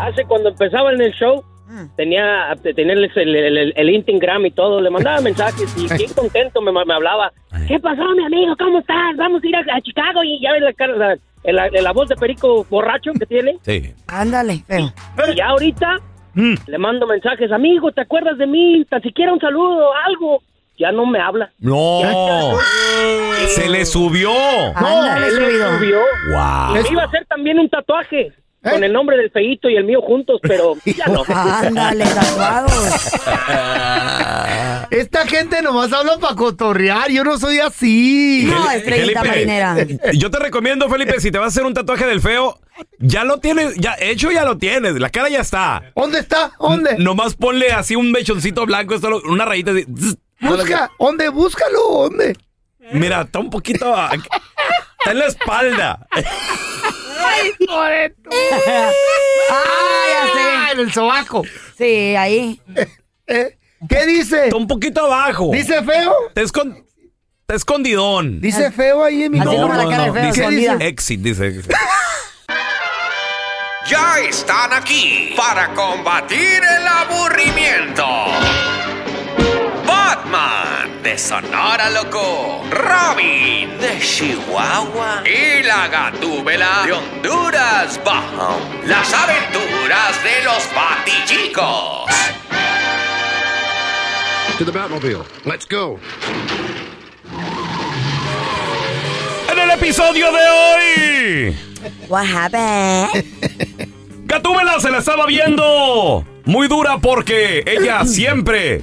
Speaker 15: Hace cuando empezaba en el show,
Speaker 7: Mm.
Speaker 15: tenía, tenía el, el, el- el Instagram y todo. Le mandaba mensajes y bien contento me, me hablaba. ¿Qué pasó, mi amigo? ¿Cómo estás? Vamos a ir a, a Chicago. Y ya ves la, cara- la, la- la voz de perico borracho que tiene.
Speaker 5: Sí.
Speaker 7: Ándale, feo.
Speaker 15: Y ya ahorita le mando mensajes, amigo, ¿te acuerdas de mí? Tan siquiera un saludo, algo. Ya no me habla.
Speaker 5: No.
Speaker 6: [laughs]
Speaker 5: Se le subió.
Speaker 15: Él le subió.
Speaker 5: Wow.
Speaker 15: Y me iba a hacer también un tatuaje.
Speaker 7: ¿Eh?
Speaker 15: Con el nombre del feíto y el mío juntos, pero ya no.
Speaker 7: Ándale, tatuado.
Speaker 6: Esta gente nomás habla para cotorrear, yo no soy así. Eh,
Speaker 5: Fel- eh, Yo te recomiendo, Felipe, si te vas a hacer un tatuaje del feo, ya lo tienes, ya hecho ya lo tienes, la cara ya está.
Speaker 6: ¿Dónde está? ¿Dónde?
Speaker 5: Nomás ponle así un mechoncito blanco, solo una rayita así.
Speaker 6: Busca, ¿dónde? Búscalo, ¿dónde?
Speaker 5: Mira, está un poquito. a- Está en la espalda. [laughs]
Speaker 7: ¡Ay, Loreto! ¡Ah, ya sé!
Speaker 6: En el sobaco.
Speaker 7: Sí, ahí.
Speaker 6: ¿Eh? ¿Qué dice? Está
Speaker 5: un poquito abajo.
Speaker 6: ¿Dice feo?
Speaker 5: Está, escon- está escondidón.
Speaker 6: Dice feo ahí en mi
Speaker 5: No,
Speaker 6: nombre.
Speaker 5: no, no, dice-
Speaker 6: ¿Qué dice?
Speaker 5: Exit, dice.
Speaker 9: Ya están aquí para combatir el aburrimiento. Batman de Sonora Loco, Robin de Chihuahua y la Gatúbela de Honduras Bajo. Las aventuras de los Batichicos.
Speaker 16: To the Batmobile. Let's go.
Speaker 5: En el episodio de hoy.
Speaker 7: What happened?
Speaker 5: Gatúbela se la estaba viendo muy dura porque
Speaker 7: [clears throat]
Speaker 5: ella siempre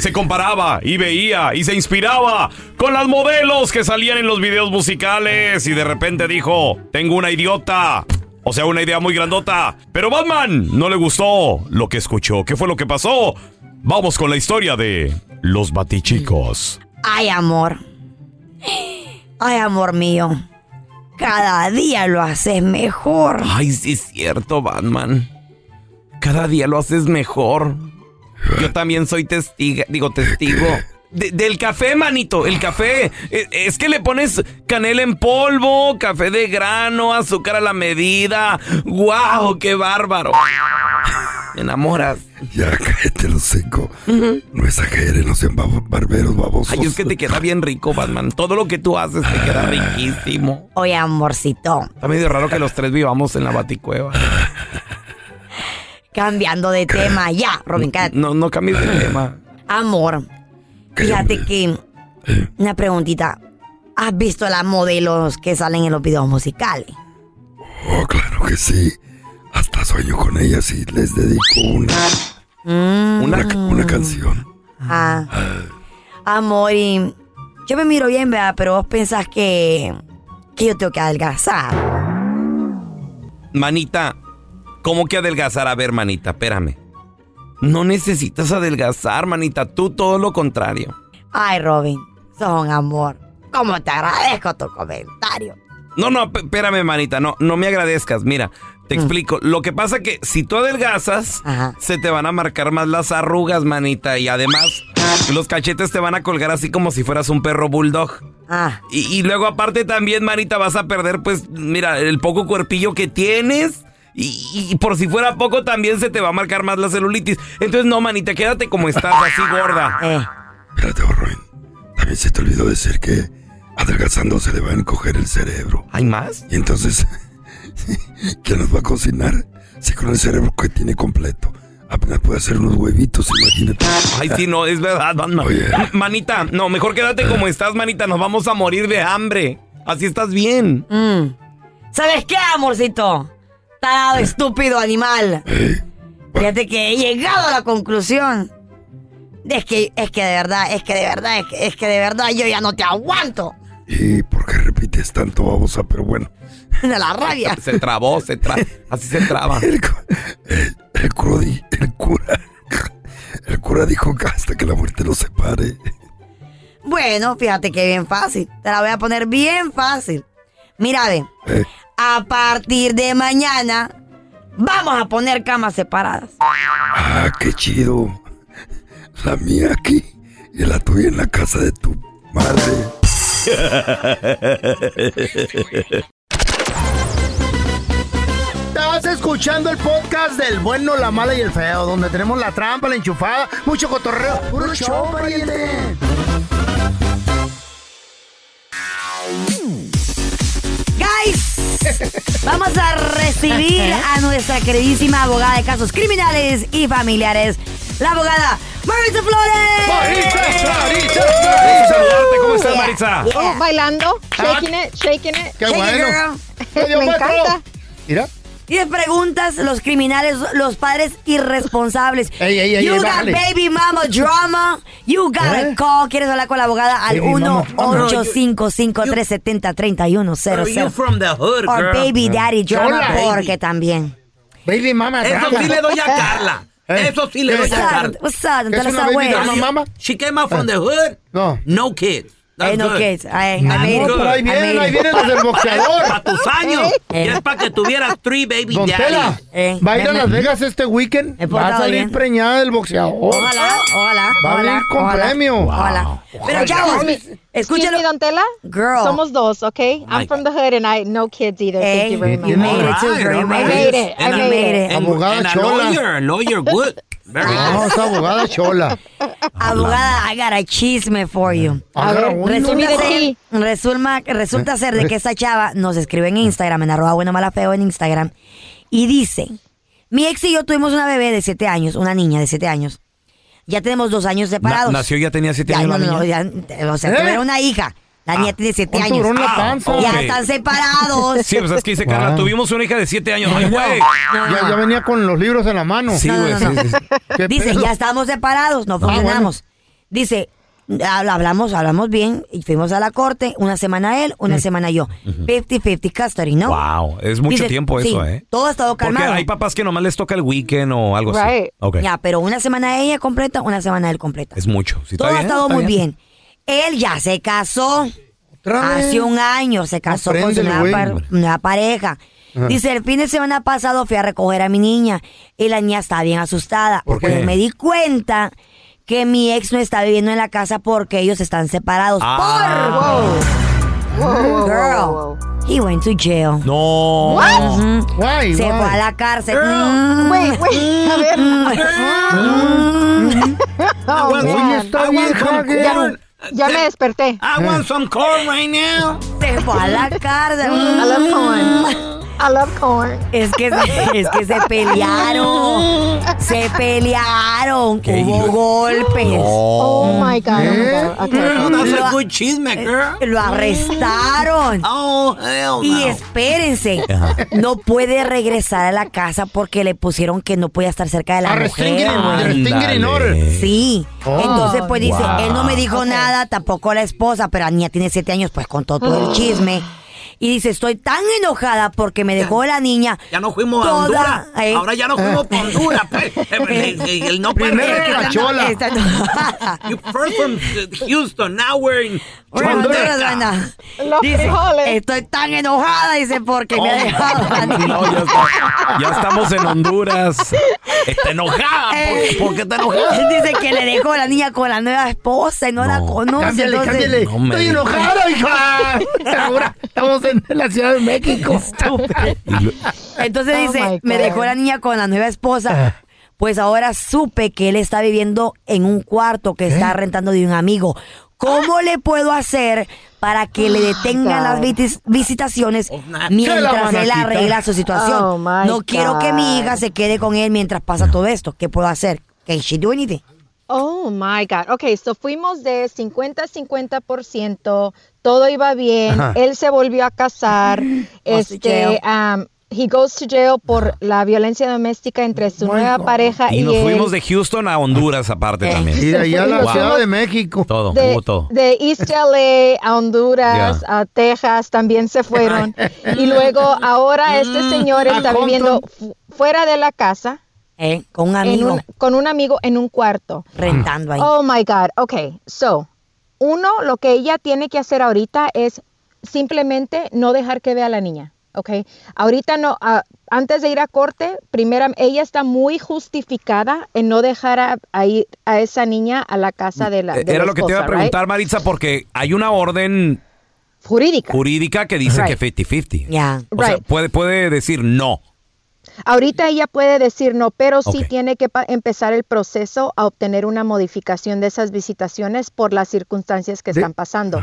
Speaker 5: se comparaba y veía y se inspiraba con las modelos que salían en los videos musicales y de repente dijo, tengo una idiota. O sea, una idea muy grandota. Pero Batman no le gustó lo que escuchó. ¿Qué fue lo que pasó? Vamos con la historia de los batichicos.
Speaker 7: Ay, amor. Ay, amor mío. Cada día lo haces mejor.
Speaker 5: Ay, sí es cierto, Batman. Cada día lo haces mejor. Yo también soy testigo, digo testigo. De- del café, manito, el café. E- Es que le pones canela en polvo, café de grano, azúcar a la medida. ¡Guau, qué bárbaro! Me enamoras.
Speaker 17: Ya, cállate los cinco. No exageren, no sean babo- barberos babosos.
Speaker 5: Ay, es que te queda bien rico, Batman. Todo lo que tú haces te queda riquísimo.
Speaker 7: Oye, amorcito.
Speaker 5: Está medio raro que los tres vivamos en la baticueva. [laughs]
Speaker 7: Cambiando de tema. Ya, Robin, cállate.
Speaker 5: No, no cambies de tema.
Speaker 7: Amor. Fíjate que.
Speaker 17: Eh.
Speaker 7: Una preguntita. ¿Has visto las modelos que salen en los videos musicales?
Speaker 17: Oh, claro que sí. Hasta sueño con ellas y les dedico una, una, ca-
Speaker 5: Mm.
Speaker 17: una canción.
Speaker 7: Mm. Ah. Amor, y yo me miro bien, ¿verdad? Pero vos pensás que, que yo tengo que adelgazar.
Speaker 5: Manita, ¿cómo que adelgazar? A ver, manita, espérame. No necesitas adelgazar, manita. Tú todo lo contrario.
Speaker 7: Ay, Robin, sos un amor. ¿Cómo te agradezco tu comentario?
Speaker 5: No, no, p- espérame, manita. No, no me agradezcas. Mira, te Te explico. Lo que pasa que si tú adelgazas, se te van a marcar más las arrugas, manita. Y además, los cachetes te van a colgar así como si fueras un perro bulldog.
Speaker 7: Ah.
Speaker 5: Y, y luego aparte también, manita, vas a perder, pues, mira, el poco cuerpillo que tienes. Y, y por si fuera poco, también se te va a marcar más la celulitis. Entonces, no, manita, quédate como estás, así gorda.
Speaker 17: Espérate, oh, Ruin. También se te olvidó decir que adelgazando se le va a encoger el cerebro.
Speaker 5: ¿Hay más?
Speaker 17: Y entonces, [laughs] ¿quién nos va a cocinar? Si con el cerebro que tiene completo, apenas puede hacer unos huevitos, imagínate.
Speaker 5: Ay, sí, no, es verdad, Batman. Manita, no, mejor quédate como estás, manita. Nos vamos a morir de hambre. Así estás bien.
Speaker 7: Mm. ¿Sabes qué, amorcito? Tarado, estúpido animal. Fíjate que he llegado a la conclusión. de que, es que de verdad, es que de verdad, es que, es que de verdad yo ya no te aguanto. [laughs]
Speaker 17: ¿Y por qué repites tanto, babosa? Pero bueno,
Speaker 7: De la rabia.
Speaker 5: [laughs] Se trabó, se tra... así se traba.
Speaker 17: el cura, di- el cura, el cura dijo que hasta que la muerte los separe.
Speaker 7: Bueno, fíjate que bien fácil. Te la voy a poner bien fácil. Mira, ve.
Speaker 17: Eh,
Speaker 7: A partir de mañana vamos a poner camas separadas.
Speaker 17: Ah, qué chido. La mía aquí y la tuya en la casa de tu madre.
Speaker 6: Estás escuchando el podcast del bueno, la mala y el feo, donde tenemos la trampa, la enchufada, mucho cotorreo. ¡Puro show, pariente!
Speaker 7: Guys, vamos a recibir a nuestra queridísima abogada de casos criminales y familiares, la abogada Maritza Flores.
Speaker 5: Gusto saludarte. ¿Cómo estás, Maritza?
Speaker 18: Oh, bailando, shaking it, shaking it.
Speaker 7: Qué
Speaker 18: Shake it,
Speaker 7: bueno.
Speaker 18: girl.
Speaker 7: Medio
Speaker 18: Me
Speaker 7: metro.
Speaker 18: encanta.
Speaker 6: Mira.
Speaker 7: 10 preguntas, los criminales, los padres irresponsables.
Speaker 6: ey, ey,
Speaker 7: you got
Speaker 6: bájale.
Speaker 7: baby mama drama. You got a call. ¿Quieres hablar con la abogada? Al
Speaker 12: Baby mama drama.
Speaker 7: 1-855-370-3100.
Speaker 12: Pero you from the hood,
Speaker 7: Or
Speaker 12: girl.
Speaker 7: baby daddy drama,
Speaker 12: Hola.
Speaker 7: porque también.
Speaker 6: Baby mama
Speaker 12: Eso sí le
Speaker 6: [laughs]
Speaker 12: doy a Carla.
Speaker 6: Eh,
Speaker 12: Eso sí le doy a Carla.
Speaker 7: What's up?
Speaker 12: ¿Es
Speaker 7: Tell us
Speaker 12: una baby
Speaker 7: abuela.
Speaker 12: mama, mama? She came out from the hood.
Speaker 6: No. Ah,
Speaker 12: No kids. That's
Speaker 7: Hey, Eh, no
Speaker 12: good.
Speaker 7: kids. I- I made it.
Speaker 6: pero ahí
Speaker 7: I
Speaker 6: vienen,
Speaker 7: made
Speaker 6: ahí
Speaker 7: it.
Speaker 6: vienen los
Speaker 12: [laughs]
Speaker 6: del boxeador.
Speaker 12: Para tus años.
Speaker 6: Eh.
Speaker 12: Y es para que tuvieras three baby
Speaker 6: Don Tela,
Speaker 12: daddies.
Speaker 5: Eh,
Speaker 7: Eh,
Speaker 6: va a ir a Las Vegas este weekend. Va a
Speaker 12: portado
Speaker 6: salir
Speaker 12: bien.
Speaker 6: preñada del boxeador.
Speaker 7: Ojalá, ojalá.
Speaker 6: Va a
Speaker 7: ojalá,
Speaker 6: venir con
Speaker 7: ojalá,
Speaker 6: premio.
Speaker 7: Ojalá. Pero chavos,
Speaker 18: escúchalo. Don Tela.
Speaker 7: Girl.
Speaker 18: Somos dos, okay? I'm from the hood and I no kids either. Thank you very
Speaker 7: [laughs]
Speaker 18: much.
Speaker 7: you made it too, girl. You
Speaker 18: I
Speaker 7: made
Speaker 18: made
Speaker 7: it.
Speaker 18: it. I
Speaker 7: And I
Speaker 18: made it.
Speaker 7: made it.
Speaker 6: Abogada
Speaker 12: And a
Speaker 6: chola.
Speaker 12: lawyer, a lawyer good. Very
Speaker 6: No, esa abogada chola.
Speaker 7: Abogada, I got a chisme for you.
Speaker 6: A ver, uno.
Speaker 7: resulta
Speaker 6: Mira
Speaker 7: ser, resulta, resulta ser de que esta chava nos escribe en Instagram, en arroba bueno mala feo en Instagram, y dice, mi ex y yo tuvimos una bebé de 7 años, una niña de 7 años. Ya tenemos dos años separados.
Speaker 5: nació y ya tenía siete
Speaker 7: Ya,
Speaker 5: años
Speaker 7: No,
Speaker 5: la
Speaker 7: no,
Speaker 5: niña.
Speaker 7: ya, o sea,
Speaker 5: ¿Eh?
Speaker 7: tuvieron una hija. La
Speaker 12: Ah,
Speaker 7: niña tiene 7
Speaker 5: un
Speaker 7: años.
Speaker 5: tiburón en la panza.
Speaker 7: Ya
Speaker 5: ok.
Speaker 12: [laughs]
Speaker 7: están separados.
Speaker 5: Sí, pues es que dice Carla, tuvimos una hija de siete años. Ay, güey.
Speaker 6: Ah. Ya, ya venía con los libros en la mano.
Speaker 5: Sí, güey, sí, sí,
Speaker 7: [laughs]
Speaker 5: sí.
Speaker 6: ¿Qué
Speaker 7: Dice,
Speaker 6: pedo? Ah,
Speaker 7: ya estábamos separados, no funcionamos. Dice, habl- hablamos, hablamos bien y fuimos a la corte, una semana él,
Speaker 6: Mm.
Speaker 7: una semana yo. 50-50 custody, ¿no?
Speaker 5: Wow, es mucho
Speaker 7: Dice,
Speaker 5: tiempo
Speaker 7: sí,
Speaker 5: eso, ¿eh?
Speaker 7: Todo ha estado
Speaker 5: Porque
Speaker 7: calmado.
Speaker 5: hay papás que nomás les toca el weekend o algo así. Ok.
Speaker 7: Ya, pero una semana ella completa, una semana él completa.
Speaker 5: Es mucho. Sí, está
Speaker 7: todo ha
Speaker 5: bien,
Speaker 7: estado
Speaker 5: está
Speaker 7: muy bien. Él ya se casó.
Speaker 5: vez?
Speaker 7: Hace un año se casó con su
Speaker 5: Apréndele,
Speaker 7: nueva,
Speaker 5: güey.
Speaker 7: par- nueva pareja.
Speaker 5: Ajá.
Speaker 7: Dice, el fin de semana pasado fui a recoger a mi niña y la niña está bien asustada.
Speaker 5: ¿Por qué?
Speaker 7: Pues me di cuenta que mi ex no está viviendo en la casa porque ellos están separados.
Speaker 5: Ah.
Speaker 7: Por... Girl, he went to jail.
Speaker 5: No.
Speaker 7: What?
Speaker 6: Why,
Speaker 7: Se
Speaker 6: why?
Speaker 7: fue a la cárcel.
Speaker 18: Girl.
Speaker 7: Mm,
Speaker 18: Wait, wait, a ver. Oh,
Speaker 7: Oye,
Speaker 18: man.
Speaker 7: está
Speaker 18: I
Speaker 7: bien,
Speaker 18: want some
Speaker 7: Javier.
Speaker 18: corn. Ya, ya me desperté. Eh.
Speaker 12: I
Speaker 5: Hmm.
Speaker 12: want some corn right now.
Speaker 7: Se fue a la cárcel.
Speaker 18: Mm. I love corn. I love corn.
Speaker 7: Es que, se- es que se pelearon. Se pelearon. Hubo golpes. ¿Eh?
Speaker 18: Oh my God. oh
Speaker 12: ¿Eh?
Speaker 18: my God. Okay.
Speaker 12: Girl, that's
Speaker 7: Lo-
Speaker 12: a good chisme, girl. Mm.
Speaker 7: Lo arrestaron.
Speaker 12: Oh, hell
Speaker 7: Y
Speaker 12: no.
Speaker 7: espérense, no puede regresar a la casa porque le pusieron que no podía estar cerca de la
Speaker 6: A
Speaker 7: mujer.
Speaker 6: restringir in order.
Speaker 7: Sí.
Speaker 6: Oh.
Speaker 7: Entonces, pues dice,
Speaker 6: Wow.
Speaker 12: Ah,
Speaker 18: Ah.
Speaker 7: él no me dijo nada, tampoco la esposa, pero la niña tiene siete años, pues contó todo el chisme. Y dice, estoy tan enojada porque me dejó la niña.
Speaker 12: Ya no fuimos a Honduras.
Speaker 7: eh,
Speaker 12: Ahora ya no fuimos por Honduras,
Speaker 5: [laughs]
Speaker 12: pues. El, el- el no
Speaker 7: Primero
Speaker 12: perder.
Speaker 7: Eh, que la chola. Está- [laughs]
Speaker 12: You first from uh, Houston, now we're in
Speaker 7: Ahora en Honduras,
Speaker 12: Choluteca.
Speaker 7: anda. Dice, estoy tan enojada, dice, porque me ha
Speaker 5: Oh,
Speaker 7: dejado la niña.
Speaker 5: No, ya, está- ya estamos en Honduras. Está enojada.
Speaker 7: Eh,
Speaker 5: [laughs] ¿Por, por qué está [laughs] enojada?
Speaker 7: [laughs] Dice que le dejó la niña con la nueva esposa y no, la conoce.
Speaker 6: Cámbiale,
Speaker 7: entonces-
Speaker 6: cámbiale.
Speaker 5: No me
Speaker 6: Estoy
Speaker 5: digas.
Speaker 6: enojado, hija.
Speaker 5: [laughs]
Speaker 6: Ahora estamos en la Ciudad de México.
Speaker 7: Entonces
Speaker 6: Oh my
Speaker 7: dice,
Speaker 6: God.
Speaker 7: me dejó la niña con la nueva
Speaker 18: Ah.
Speaker 7: esposa. Pues ahora supe que él está viviendo en un cuarto que
Speaker 18: ¿Eh?
Speaker 7: está rentando de un amigo. ¿Cómo le puedo hacer para que le detengan las vitis- visitaciones
Speaker 6: Se la
Speaker 7: mientras
Speaker 6: van a
Speaker 7: él
Speaker 6: quitar.
Speaker 7: arregla su situación?
Speaker 18: Oh, my
Speaker 7: no quiero que mi
Speaker 18: God.
Speaker 7: hija se quede con él mientras pasa todo esto. ¿Qué puedo hacer? ¿Can she do anything?
Speaker 18: Oh my God. Ok, so fuimos de 50-50%, todo iba bien,
Speaker 7: Ajá.
Speaker 18: él se volvió a casar,
Speaker 7: jail.
Speaker 18: este, um, he goes to jail por la violencia doméstica entre su nueva pareja
Speaker 5: Y
Speaker 18: y,
Speaker 5: nos
Speaker 18: él.
Speaker 5: fuimos de Houston a Honduras aparte también.
Speaker 6: Y de ahí a la
Speaker 5: Wow.
Speaker 6: Ciudad de México.
Speaker 5: Todo,
Speaker 18: de,
Speaker 5: hubo todo.
Speaker 18: de East LA a Honduras, a Texas, también se fueron. y luego ahora este señor
Speaker 7: a
Speaker 18: está viviendo fu- fuera de la casa.
Speaker 7: ¿Eh? Con un
Speaker 18: en
Speaker 7: amigo
Speaker 18: un- con un amigo en un cuarto.
Speaker 7: rentando ahí.
Speaker 18: Oh my God. Ok, so, uno, lo que ella tiene que hacer ahorita es simplemente no dejar que vea a la niña. Ok, ahorita no, ah, antes de ir a corte, primera, ella está muy justificada en no dejar a, a ir a esa niña a la casa de la. de la
Speaker 5: Eh, Era lo que te iba a
Speaker 18: esposa, right?
Speaker 5: preguntar, Maritza, porque hay una orden
Speaker 18: Jurídica.
Speaker 5: jurídica que dice
Speaker 18: Right.
Speaker 5: que 50-50.
Speaker 7: Ya.
Speaker 5: O sea,
Speaker 18: Right.
Speaker 5: puede, puede decir no.
Speaker 18: Ahorita ella puede decir no, pero sí
Speaker 5: Ok.
Speaker 18: tiene que pa- empezar el proceso a obtener una modificación de esas visitaciones por las circunstancias que están pasando.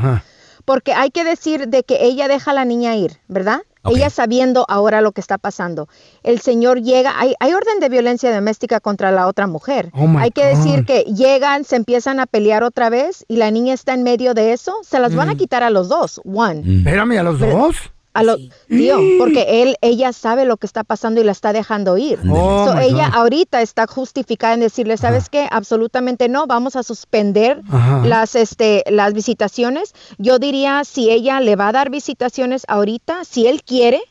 Speaker 18: Porque hay que decir de que ella deja a la niña ir, ¿verdad? Ella sabiendo ahora lo que está pasando. El señor llega, hay, hay orden de violencia doméstica contra la otra mujer.
Speaker 19: Oh, my
Speaker 18: hay que decir
Speaker 19: God.
Speaker 18: que llegan, se empiezan a pelear otra vez y la niña está en medio de eso, se las van a
Speaker 6: Mm.
Speaker 18: quitar a los dos, one.
Speaker 6: Espérame, a los dos.
Speaker 18: A lo, tío, porque él, ella sabe lo que está pasando y la está dejando ir.
Speaker 6: Oh,
Speaker 18: So,
Speaker 6: my
Speaker 18: ella
Speaker 6: God.
Speaker 18: ahorita está justificada en decirle, ¿sabes qué? Absolutamente no, vamos a suspender
Speaker 20: Ajá.
Speaker 18: las, este, las visitaciones. Yo diría, si ella le va a dar visitaciones ahorita, si él quiere,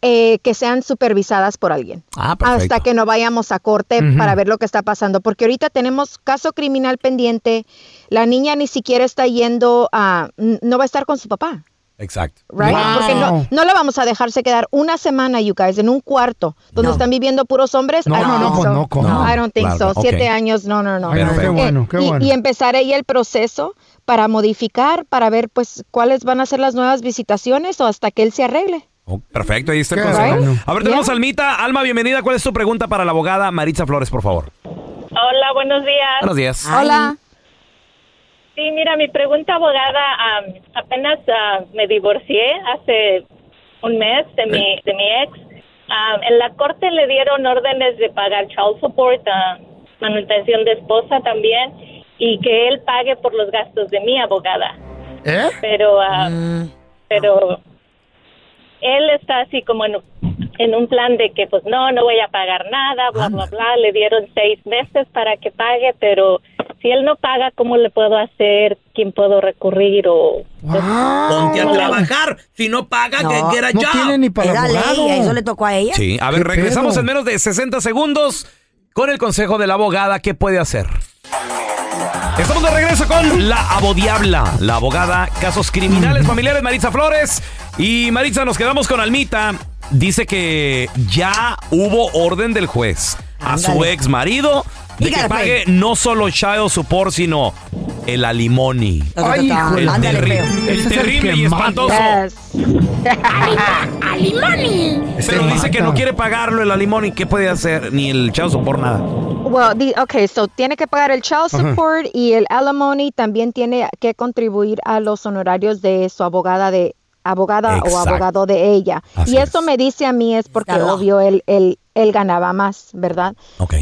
Speaker 18: eh, que sean supervisadas por alguien.
Speaker 5: Ah,
Speaker 18: hasta que no vayamos a corte
Speaker 19: Ujú.
Speaker 18: para ver lo que está pasando, porque ahorita tenemos caso criminal pendiente, la niña ni siquiera está yendo a, n- no va a estar con su papá.
Speaker 5: Exacto.
Speaker 18: Right? Porque no, no la vamos a dejarse quedar una semana, you guys, en un cuarto donde están viviendo puros hombres.
Speaker 6: No,
Speaker 18: I don't
Speaker 6: no, no,
Speaker 18: think
Speaker 6: pues
Speaker 18: so.
Speaker 6: no, ¿cómo? No,
Speaker 18: I don't think
Speaker 6: claro,
Speaker 18: so.
Speaker 6: ok.
Speaker 18: Siete años, no, no, no.
Speaker 6: Ay, no, qué
Speaker 18: Eh,
Speaker 6: bueno, qué
Speaker 18: y-
Speaker 6: bueno.
Speaker 18: Y, empezar ahí el proceso para modificar, para ver pues cuáles van a ser las nuevas visitaciones o hasta que él se arregle.
Speaker 5: Oh, perfecto, ahí está el
Speaker 18: Qué
Speaker 5: consejo.
Speaker 18: bueno.
Speaker 5: A ver, tenemos a Almita. Alma, bienvenida. ¿Cuál es tu pregunta para la abogada Maritza Flores, por favor?
Speaker 21: Hola, buenos días.
Speaker 5: Buenos días.
Speaker 18: Hola.
Speaker 21: Sí, mira, mi pregunta, abogada, am, apenas ah, me divorcié hace un mes de mi, de mi ex. Am, en la corte le dieron órdenes de pagar child support, ah, manutención de esposa también, y que él pague por los gastos de mi abogada.
Speaker 6: ¿Eh? Mm.
Speaker 21: Pero, ah, pero él está así como en, en un plan de que pues no, no voy a pagar nada, bla, bla, bla. Le dieron seis meses para que pague, pero si él no paga, ¿cómo le puedo hacer? ¿Quién puedo recurrir? O,
Speaker 18: Ah.
Speaker 12: Ponte a trabajar. Si no
Speaker 7: Ah,
Speaker 12: paga, que que era ya.
Speaker 7: Era ley, eso le tocó a ella.
Speaker 5: Sí, a ver, regresamos en menos de 60 segundos con el consejo de la abogada. ¿Qué puede hacer? Estamos de regreso con la abodiabla, la abogada, casos criminales familiares, Maritza Flores. Y Maritza, nos quedamos con Almita. Dice que ya hubo orden del juez a su
Speaker 7: Ándale.
Speaker 5: ex marido de que
Speaker 7: Dígale, pues.
Speaker 5: pague no solo child support, sino el alimony.
Speaker 7: Lo que te estaba-
Speaker 5: el,
Speaker 7: ándale,
Speaker 5: terri-
Speaker 7: feo.
Speaker 5: el terrible y espantoso.
Speaker 6: [laughs]
Speaker 18: [laughs] ¡Alimony!
Speaker 7: pues.
Speaker 5: Pero dice que no quiere pagarlo el alimony. ¿Qué puede hacer? Ni el child support, nada.
Speaker 18: Well, the- okay, so tiene que pagar el child
Speaker 5: Ajá.
Speaker 18: support y el alimony también tiene que contribuir a los honorarios de su abogada de abogada o
Speaker 22: Exacto.
Speaker 18: abogado de ella.
Speaker 22: Así
Speaker 18: y eso me dice a mí es porque
Speaker 22: Está loco.
Speaker 18: obvio él, él, él ganaba más, ¿verdad?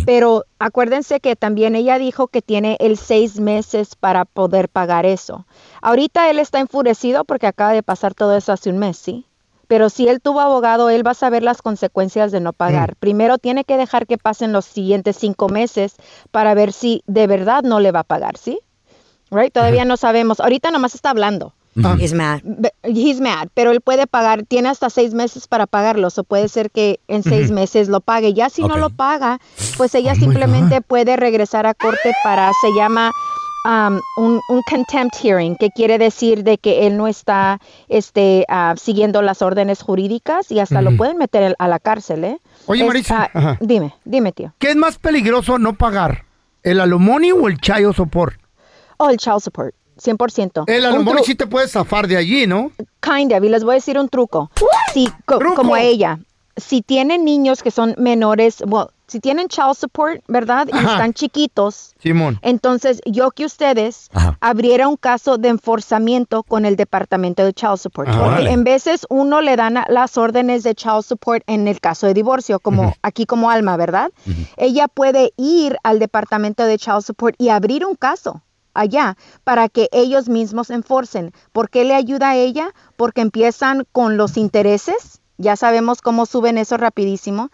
Speaker 18: Pero acuérdense que también ella dijo que tiene el seis meses para poder pagar eso. Ahorita él está enfurecido porque acaba de pasar todo eso hace un mes, ¿sí? Pero si él tuvo abogado, él va a saber las consecuencias de no pagar. Primero tiene que dejar que pasen los siguientes cinco meses para ver si de verdad no le va a pagar, ¿sí? Right? Todavía no sabemos. Ahorita nomás está hablando.
Speaker 7: He's mad.
Speaker 18: Be- He's mad, pero él puede pagar, tiene hasta seis meses para pagarlo, o puede ser que en seis
Speaker 7: Ujú.
Speaker 18: meses lo pague. Ya si
Speaker 7: Ok.
Speaker 18: no lo paga, pues
Speaker 6: Oh
Speaker 18: ella simplemente puede regresar a corte para, se llama um, un, un contempt hearing, que quiere decir de que él no está este, ah, siguiendo las órdenes jurídicas y hasta lo
Speaker 6: Ujú.
Speaker 18: pueden meter a la cárcel, ¿eh?
Speaker 6: Oye,
Speaker 18: Es-
Speaker 6: Maritza,
Speaker 18: ah,
Speaker 6: ajá.
Speaker 18: dime, dime, tío.
Speaker 6: ¿Qué es más peligroso no pagar? ¿El alumonio o el chayo sopor?
Speaker 18: Oh, el child support, 100%.
Speaker 6: El
Speaker 18: Un
Speaker 6: alumonio
Speaker 18: tru-
Speaker 6: sí te puedes zafar de allí, ¿no?
Speaker 18: Kind of, y les voy a decir un truco. Si, co- Como a ella, si tienen niños que son menores, well, si tienen child support, ¿verdad? Y
Speaker 6: Ajá.
Speaker 18: están chiquitos.
Speaker 6: Simón.
Speaker 18: Entonces, yo que ustedes
Speaker 6: Ajá.
Speaker 18: abriera un caso de enforzamiento con el departamento de child support.
Speaker 19: Ah,
Speaker 18: porque
Speaker 19: órale.
Speaker 18: en veces uno le dan a- las órdenes de child support en el caso de divorcio, como
Speaker 19: Ujú.
Speaker 18: aquí como Alma, ¿verdad? Ella puede ir al departamento de child support y abrir un caso allá para que ellos mismos enforcen. ¿Por qué le ayuda a ella? Porque empiezan con los intereses, ya sabemos cómo suben eso rapidísimo.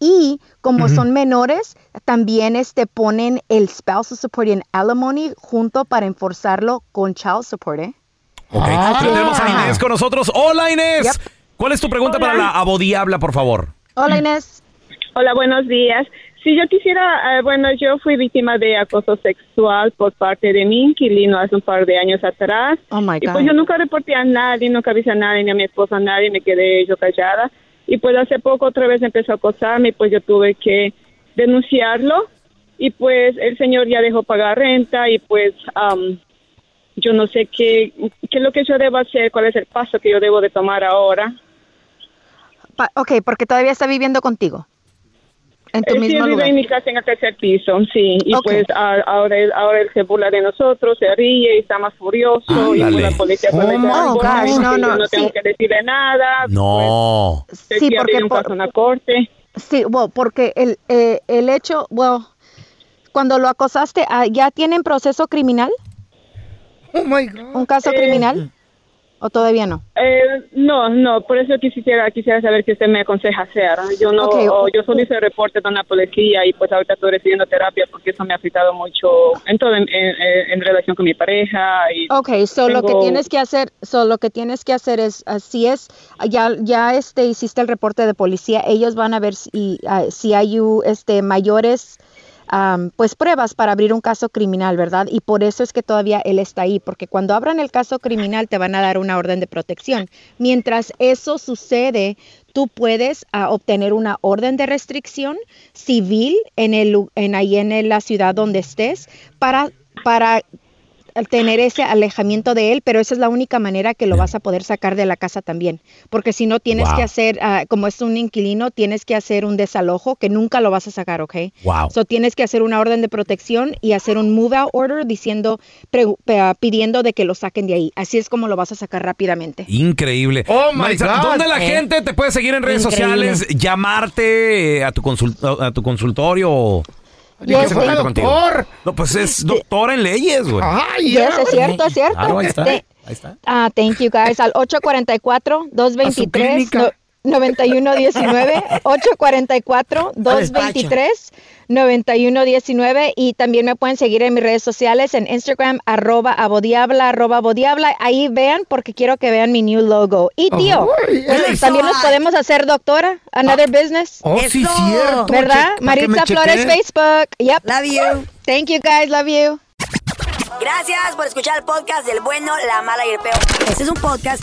Speaker 18: Y como
Speaker 19: Ujú.
Speaker 18: son menores, también este ponen el spousal support y el alimony junto para enforzarlo con child support, ¿eh?
Speaker 5: Ok. Pero Ah, tenemos a Inés con nosotros. Hola, Inés. ¿Cuál es tu pregunta para la abodiabla, por favor?
Speaker 19: Hola Inés. Hola, buenos días. Si yo quisiera, eh, bueno, yo fui víctima de acoso sexual por parte de mi inquilino hace un par de años atrás.
Speaker 18: Oh my
Speaker 19: Y
Speaker 18: God.
Speaker 19: pues yo nunca reporté a nadie, nunca avisé a nadie, ni a mi esposa, a nadie, me quedé yo callada. Y pues hace poco otra vez empezó a acosarme y pues yo tuve que denunciarlo. Y pues el señor ya dejó pagar renta y pues am, yo no sé qué, qué es lo que yo debo hacer, cuál es el paso que yo debo de tomar ahora.
Speaker 18: Pa- ok, porque todavía está viviendo contigo. En
Speaker 19: Él
Speaker 18: tu
Speaker 19: Eh, sí
Speaker 18: mismo
Speaker 19: vive
Speaker 18: lugar.
Speaker 19: en mi casa en el tercer piso, sí. Y
Speaker 18: Ok.
Speaker 19: pues a- ahora, él, ahora él se burla de nosotros, se ríe y está más furioso. Y pues
Speaker 5: Ándale.
Speaker 19: la policía
Speaker 5: Oh,
Speaker 19: puede
Speaker 5: my
Speaker 19: actuar,
Speaker 18: gosh,
Speaker 19: y
Speaker 18: no,
Speaker 19: yo
Speaker 18: no,
Speaker 19: no tengo
Speaker 18: sí.
Speaker 19: que decirle nada.
Speaker 5: No.
Speaker 19: se
Speaker 18: Sí,
Speaker 19: quiere
Speaker 18: porque
Speaker 19: ir un
Speaker 18: por-
Speaker 19: caso a una corte.
Speaker 18: Sí, bueno, porque el, eh, el hecho, bueno, cuando lo acosaste, ah, ¿ya tienen proceso criminal?
Speaker 6: Oh my God.
Speaker 18: ¿Un caso
Speaker 19: Eh,
Speaker 18: criminal? ¿O todavía no?
Speaker 19: Eh, no, no, por eso quisiera quisiera saber qué usted me aconseja hacer. Yo no,
Speaker 18: Ok.
Speaker 19: o yo solo hice reporte con la policía y pues ahorita estoy recibiendo terapia porque eso me ha afectado mucho en todo, en, en- en- en relación con mi pareja. Y
Speaker 18: Ok, so lo que
Speaker 19: tengo-
Speaker 18: tienes que hacer, so lo que tienes que hacer es, así es, ya, ya este, hiciste el reporte de policía, ellos van a ver si, ah, si hay u- este, mayores, am, pues pruebas para abrir un caso criminal, ¿verdad? Y por eso es que todavía él está ahí, porque cuando abran el caso criminal te van a dar una orden de protección. Mientras eso sucede, tú puedes ah, obtener una orden de restricción civil en el, lu- en ahí en la ciudad donde estés para para al tener ese alejamiento de él, pero esa es la única manera que lo vas a poder sacar de la casa también, porque si no tienes
Speaker 23: Wow.
Speaker 18: que hacer, ah, como es un inquilino, tienes que hacer un desalojo que nunca lo vas a sacar, ¿ok?
Speaker 23: Wow.
Speaker 18: So tienes que hacer una orden de protección y hacer un move out order diciendo, pregu- pe- ah, pidiendo de que lo saquen de ahí. Así es como lo vas a sacar rápidamente.
Speaker 5: Increíble.
Speaker 18: Oh, my
Speaker 5: Maritza,
Speaker 18: God.
Speaker 5: ¿Dónde la
Speaker 18: Eh.
Speaker 5: gente te puede seguir en redes
Speaker 18: Increíble.
Speaker 5: sociales, llamarte eh, a tu, consul- a tu consultorio o
Speaker 18: Y
Speaker 5: que
Speaker 18: es-
Speaker 5: se contacte
Speaker 18: Ay,
Speaker 5: contigo?
Speaker 18: doctor. Este
Speaker 5: No, pues es doctora en leyes, güey.
Speaker 18: Yes, es cierto, es cierto.
Speaker 5: Claro, ahí está.
Speaker 18: Te-
Speaker 5: Ahí está.
Speaker 18: Ah, thank you guys. Al 844-223-9119.
Speaker 5: clínica.
Speaker 19: [laughs]
Speaker 18: 844-223-9119. Y también me pueden seguir en mis redes sociales en Instagram, arroba abodiabla, arroba abodiabla. Ahí vean porque quiero que vean mi new logo. Y tío,
Speaker 19: Uy, Oh, eso.
Speaker 18: también nos podemos hacer doctora, another business.
Speaker 19: Oh, sí, Eso. cierto.
Speaker 18: ¿Verdad?
Speaker 19: Checa que
Speaker 18: Maritza
Speaker 19: me chequé.
Speaker 18: Flores, Facebook. Yep.
Speaker 7: Love you.
Speaker 18: Thank you guys, love you.
Speaker 7: Gracias por escuchar el podcast del bueno, la mala y el peor. Este es un podcast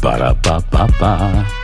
Speaker 24: Para pa pa pa.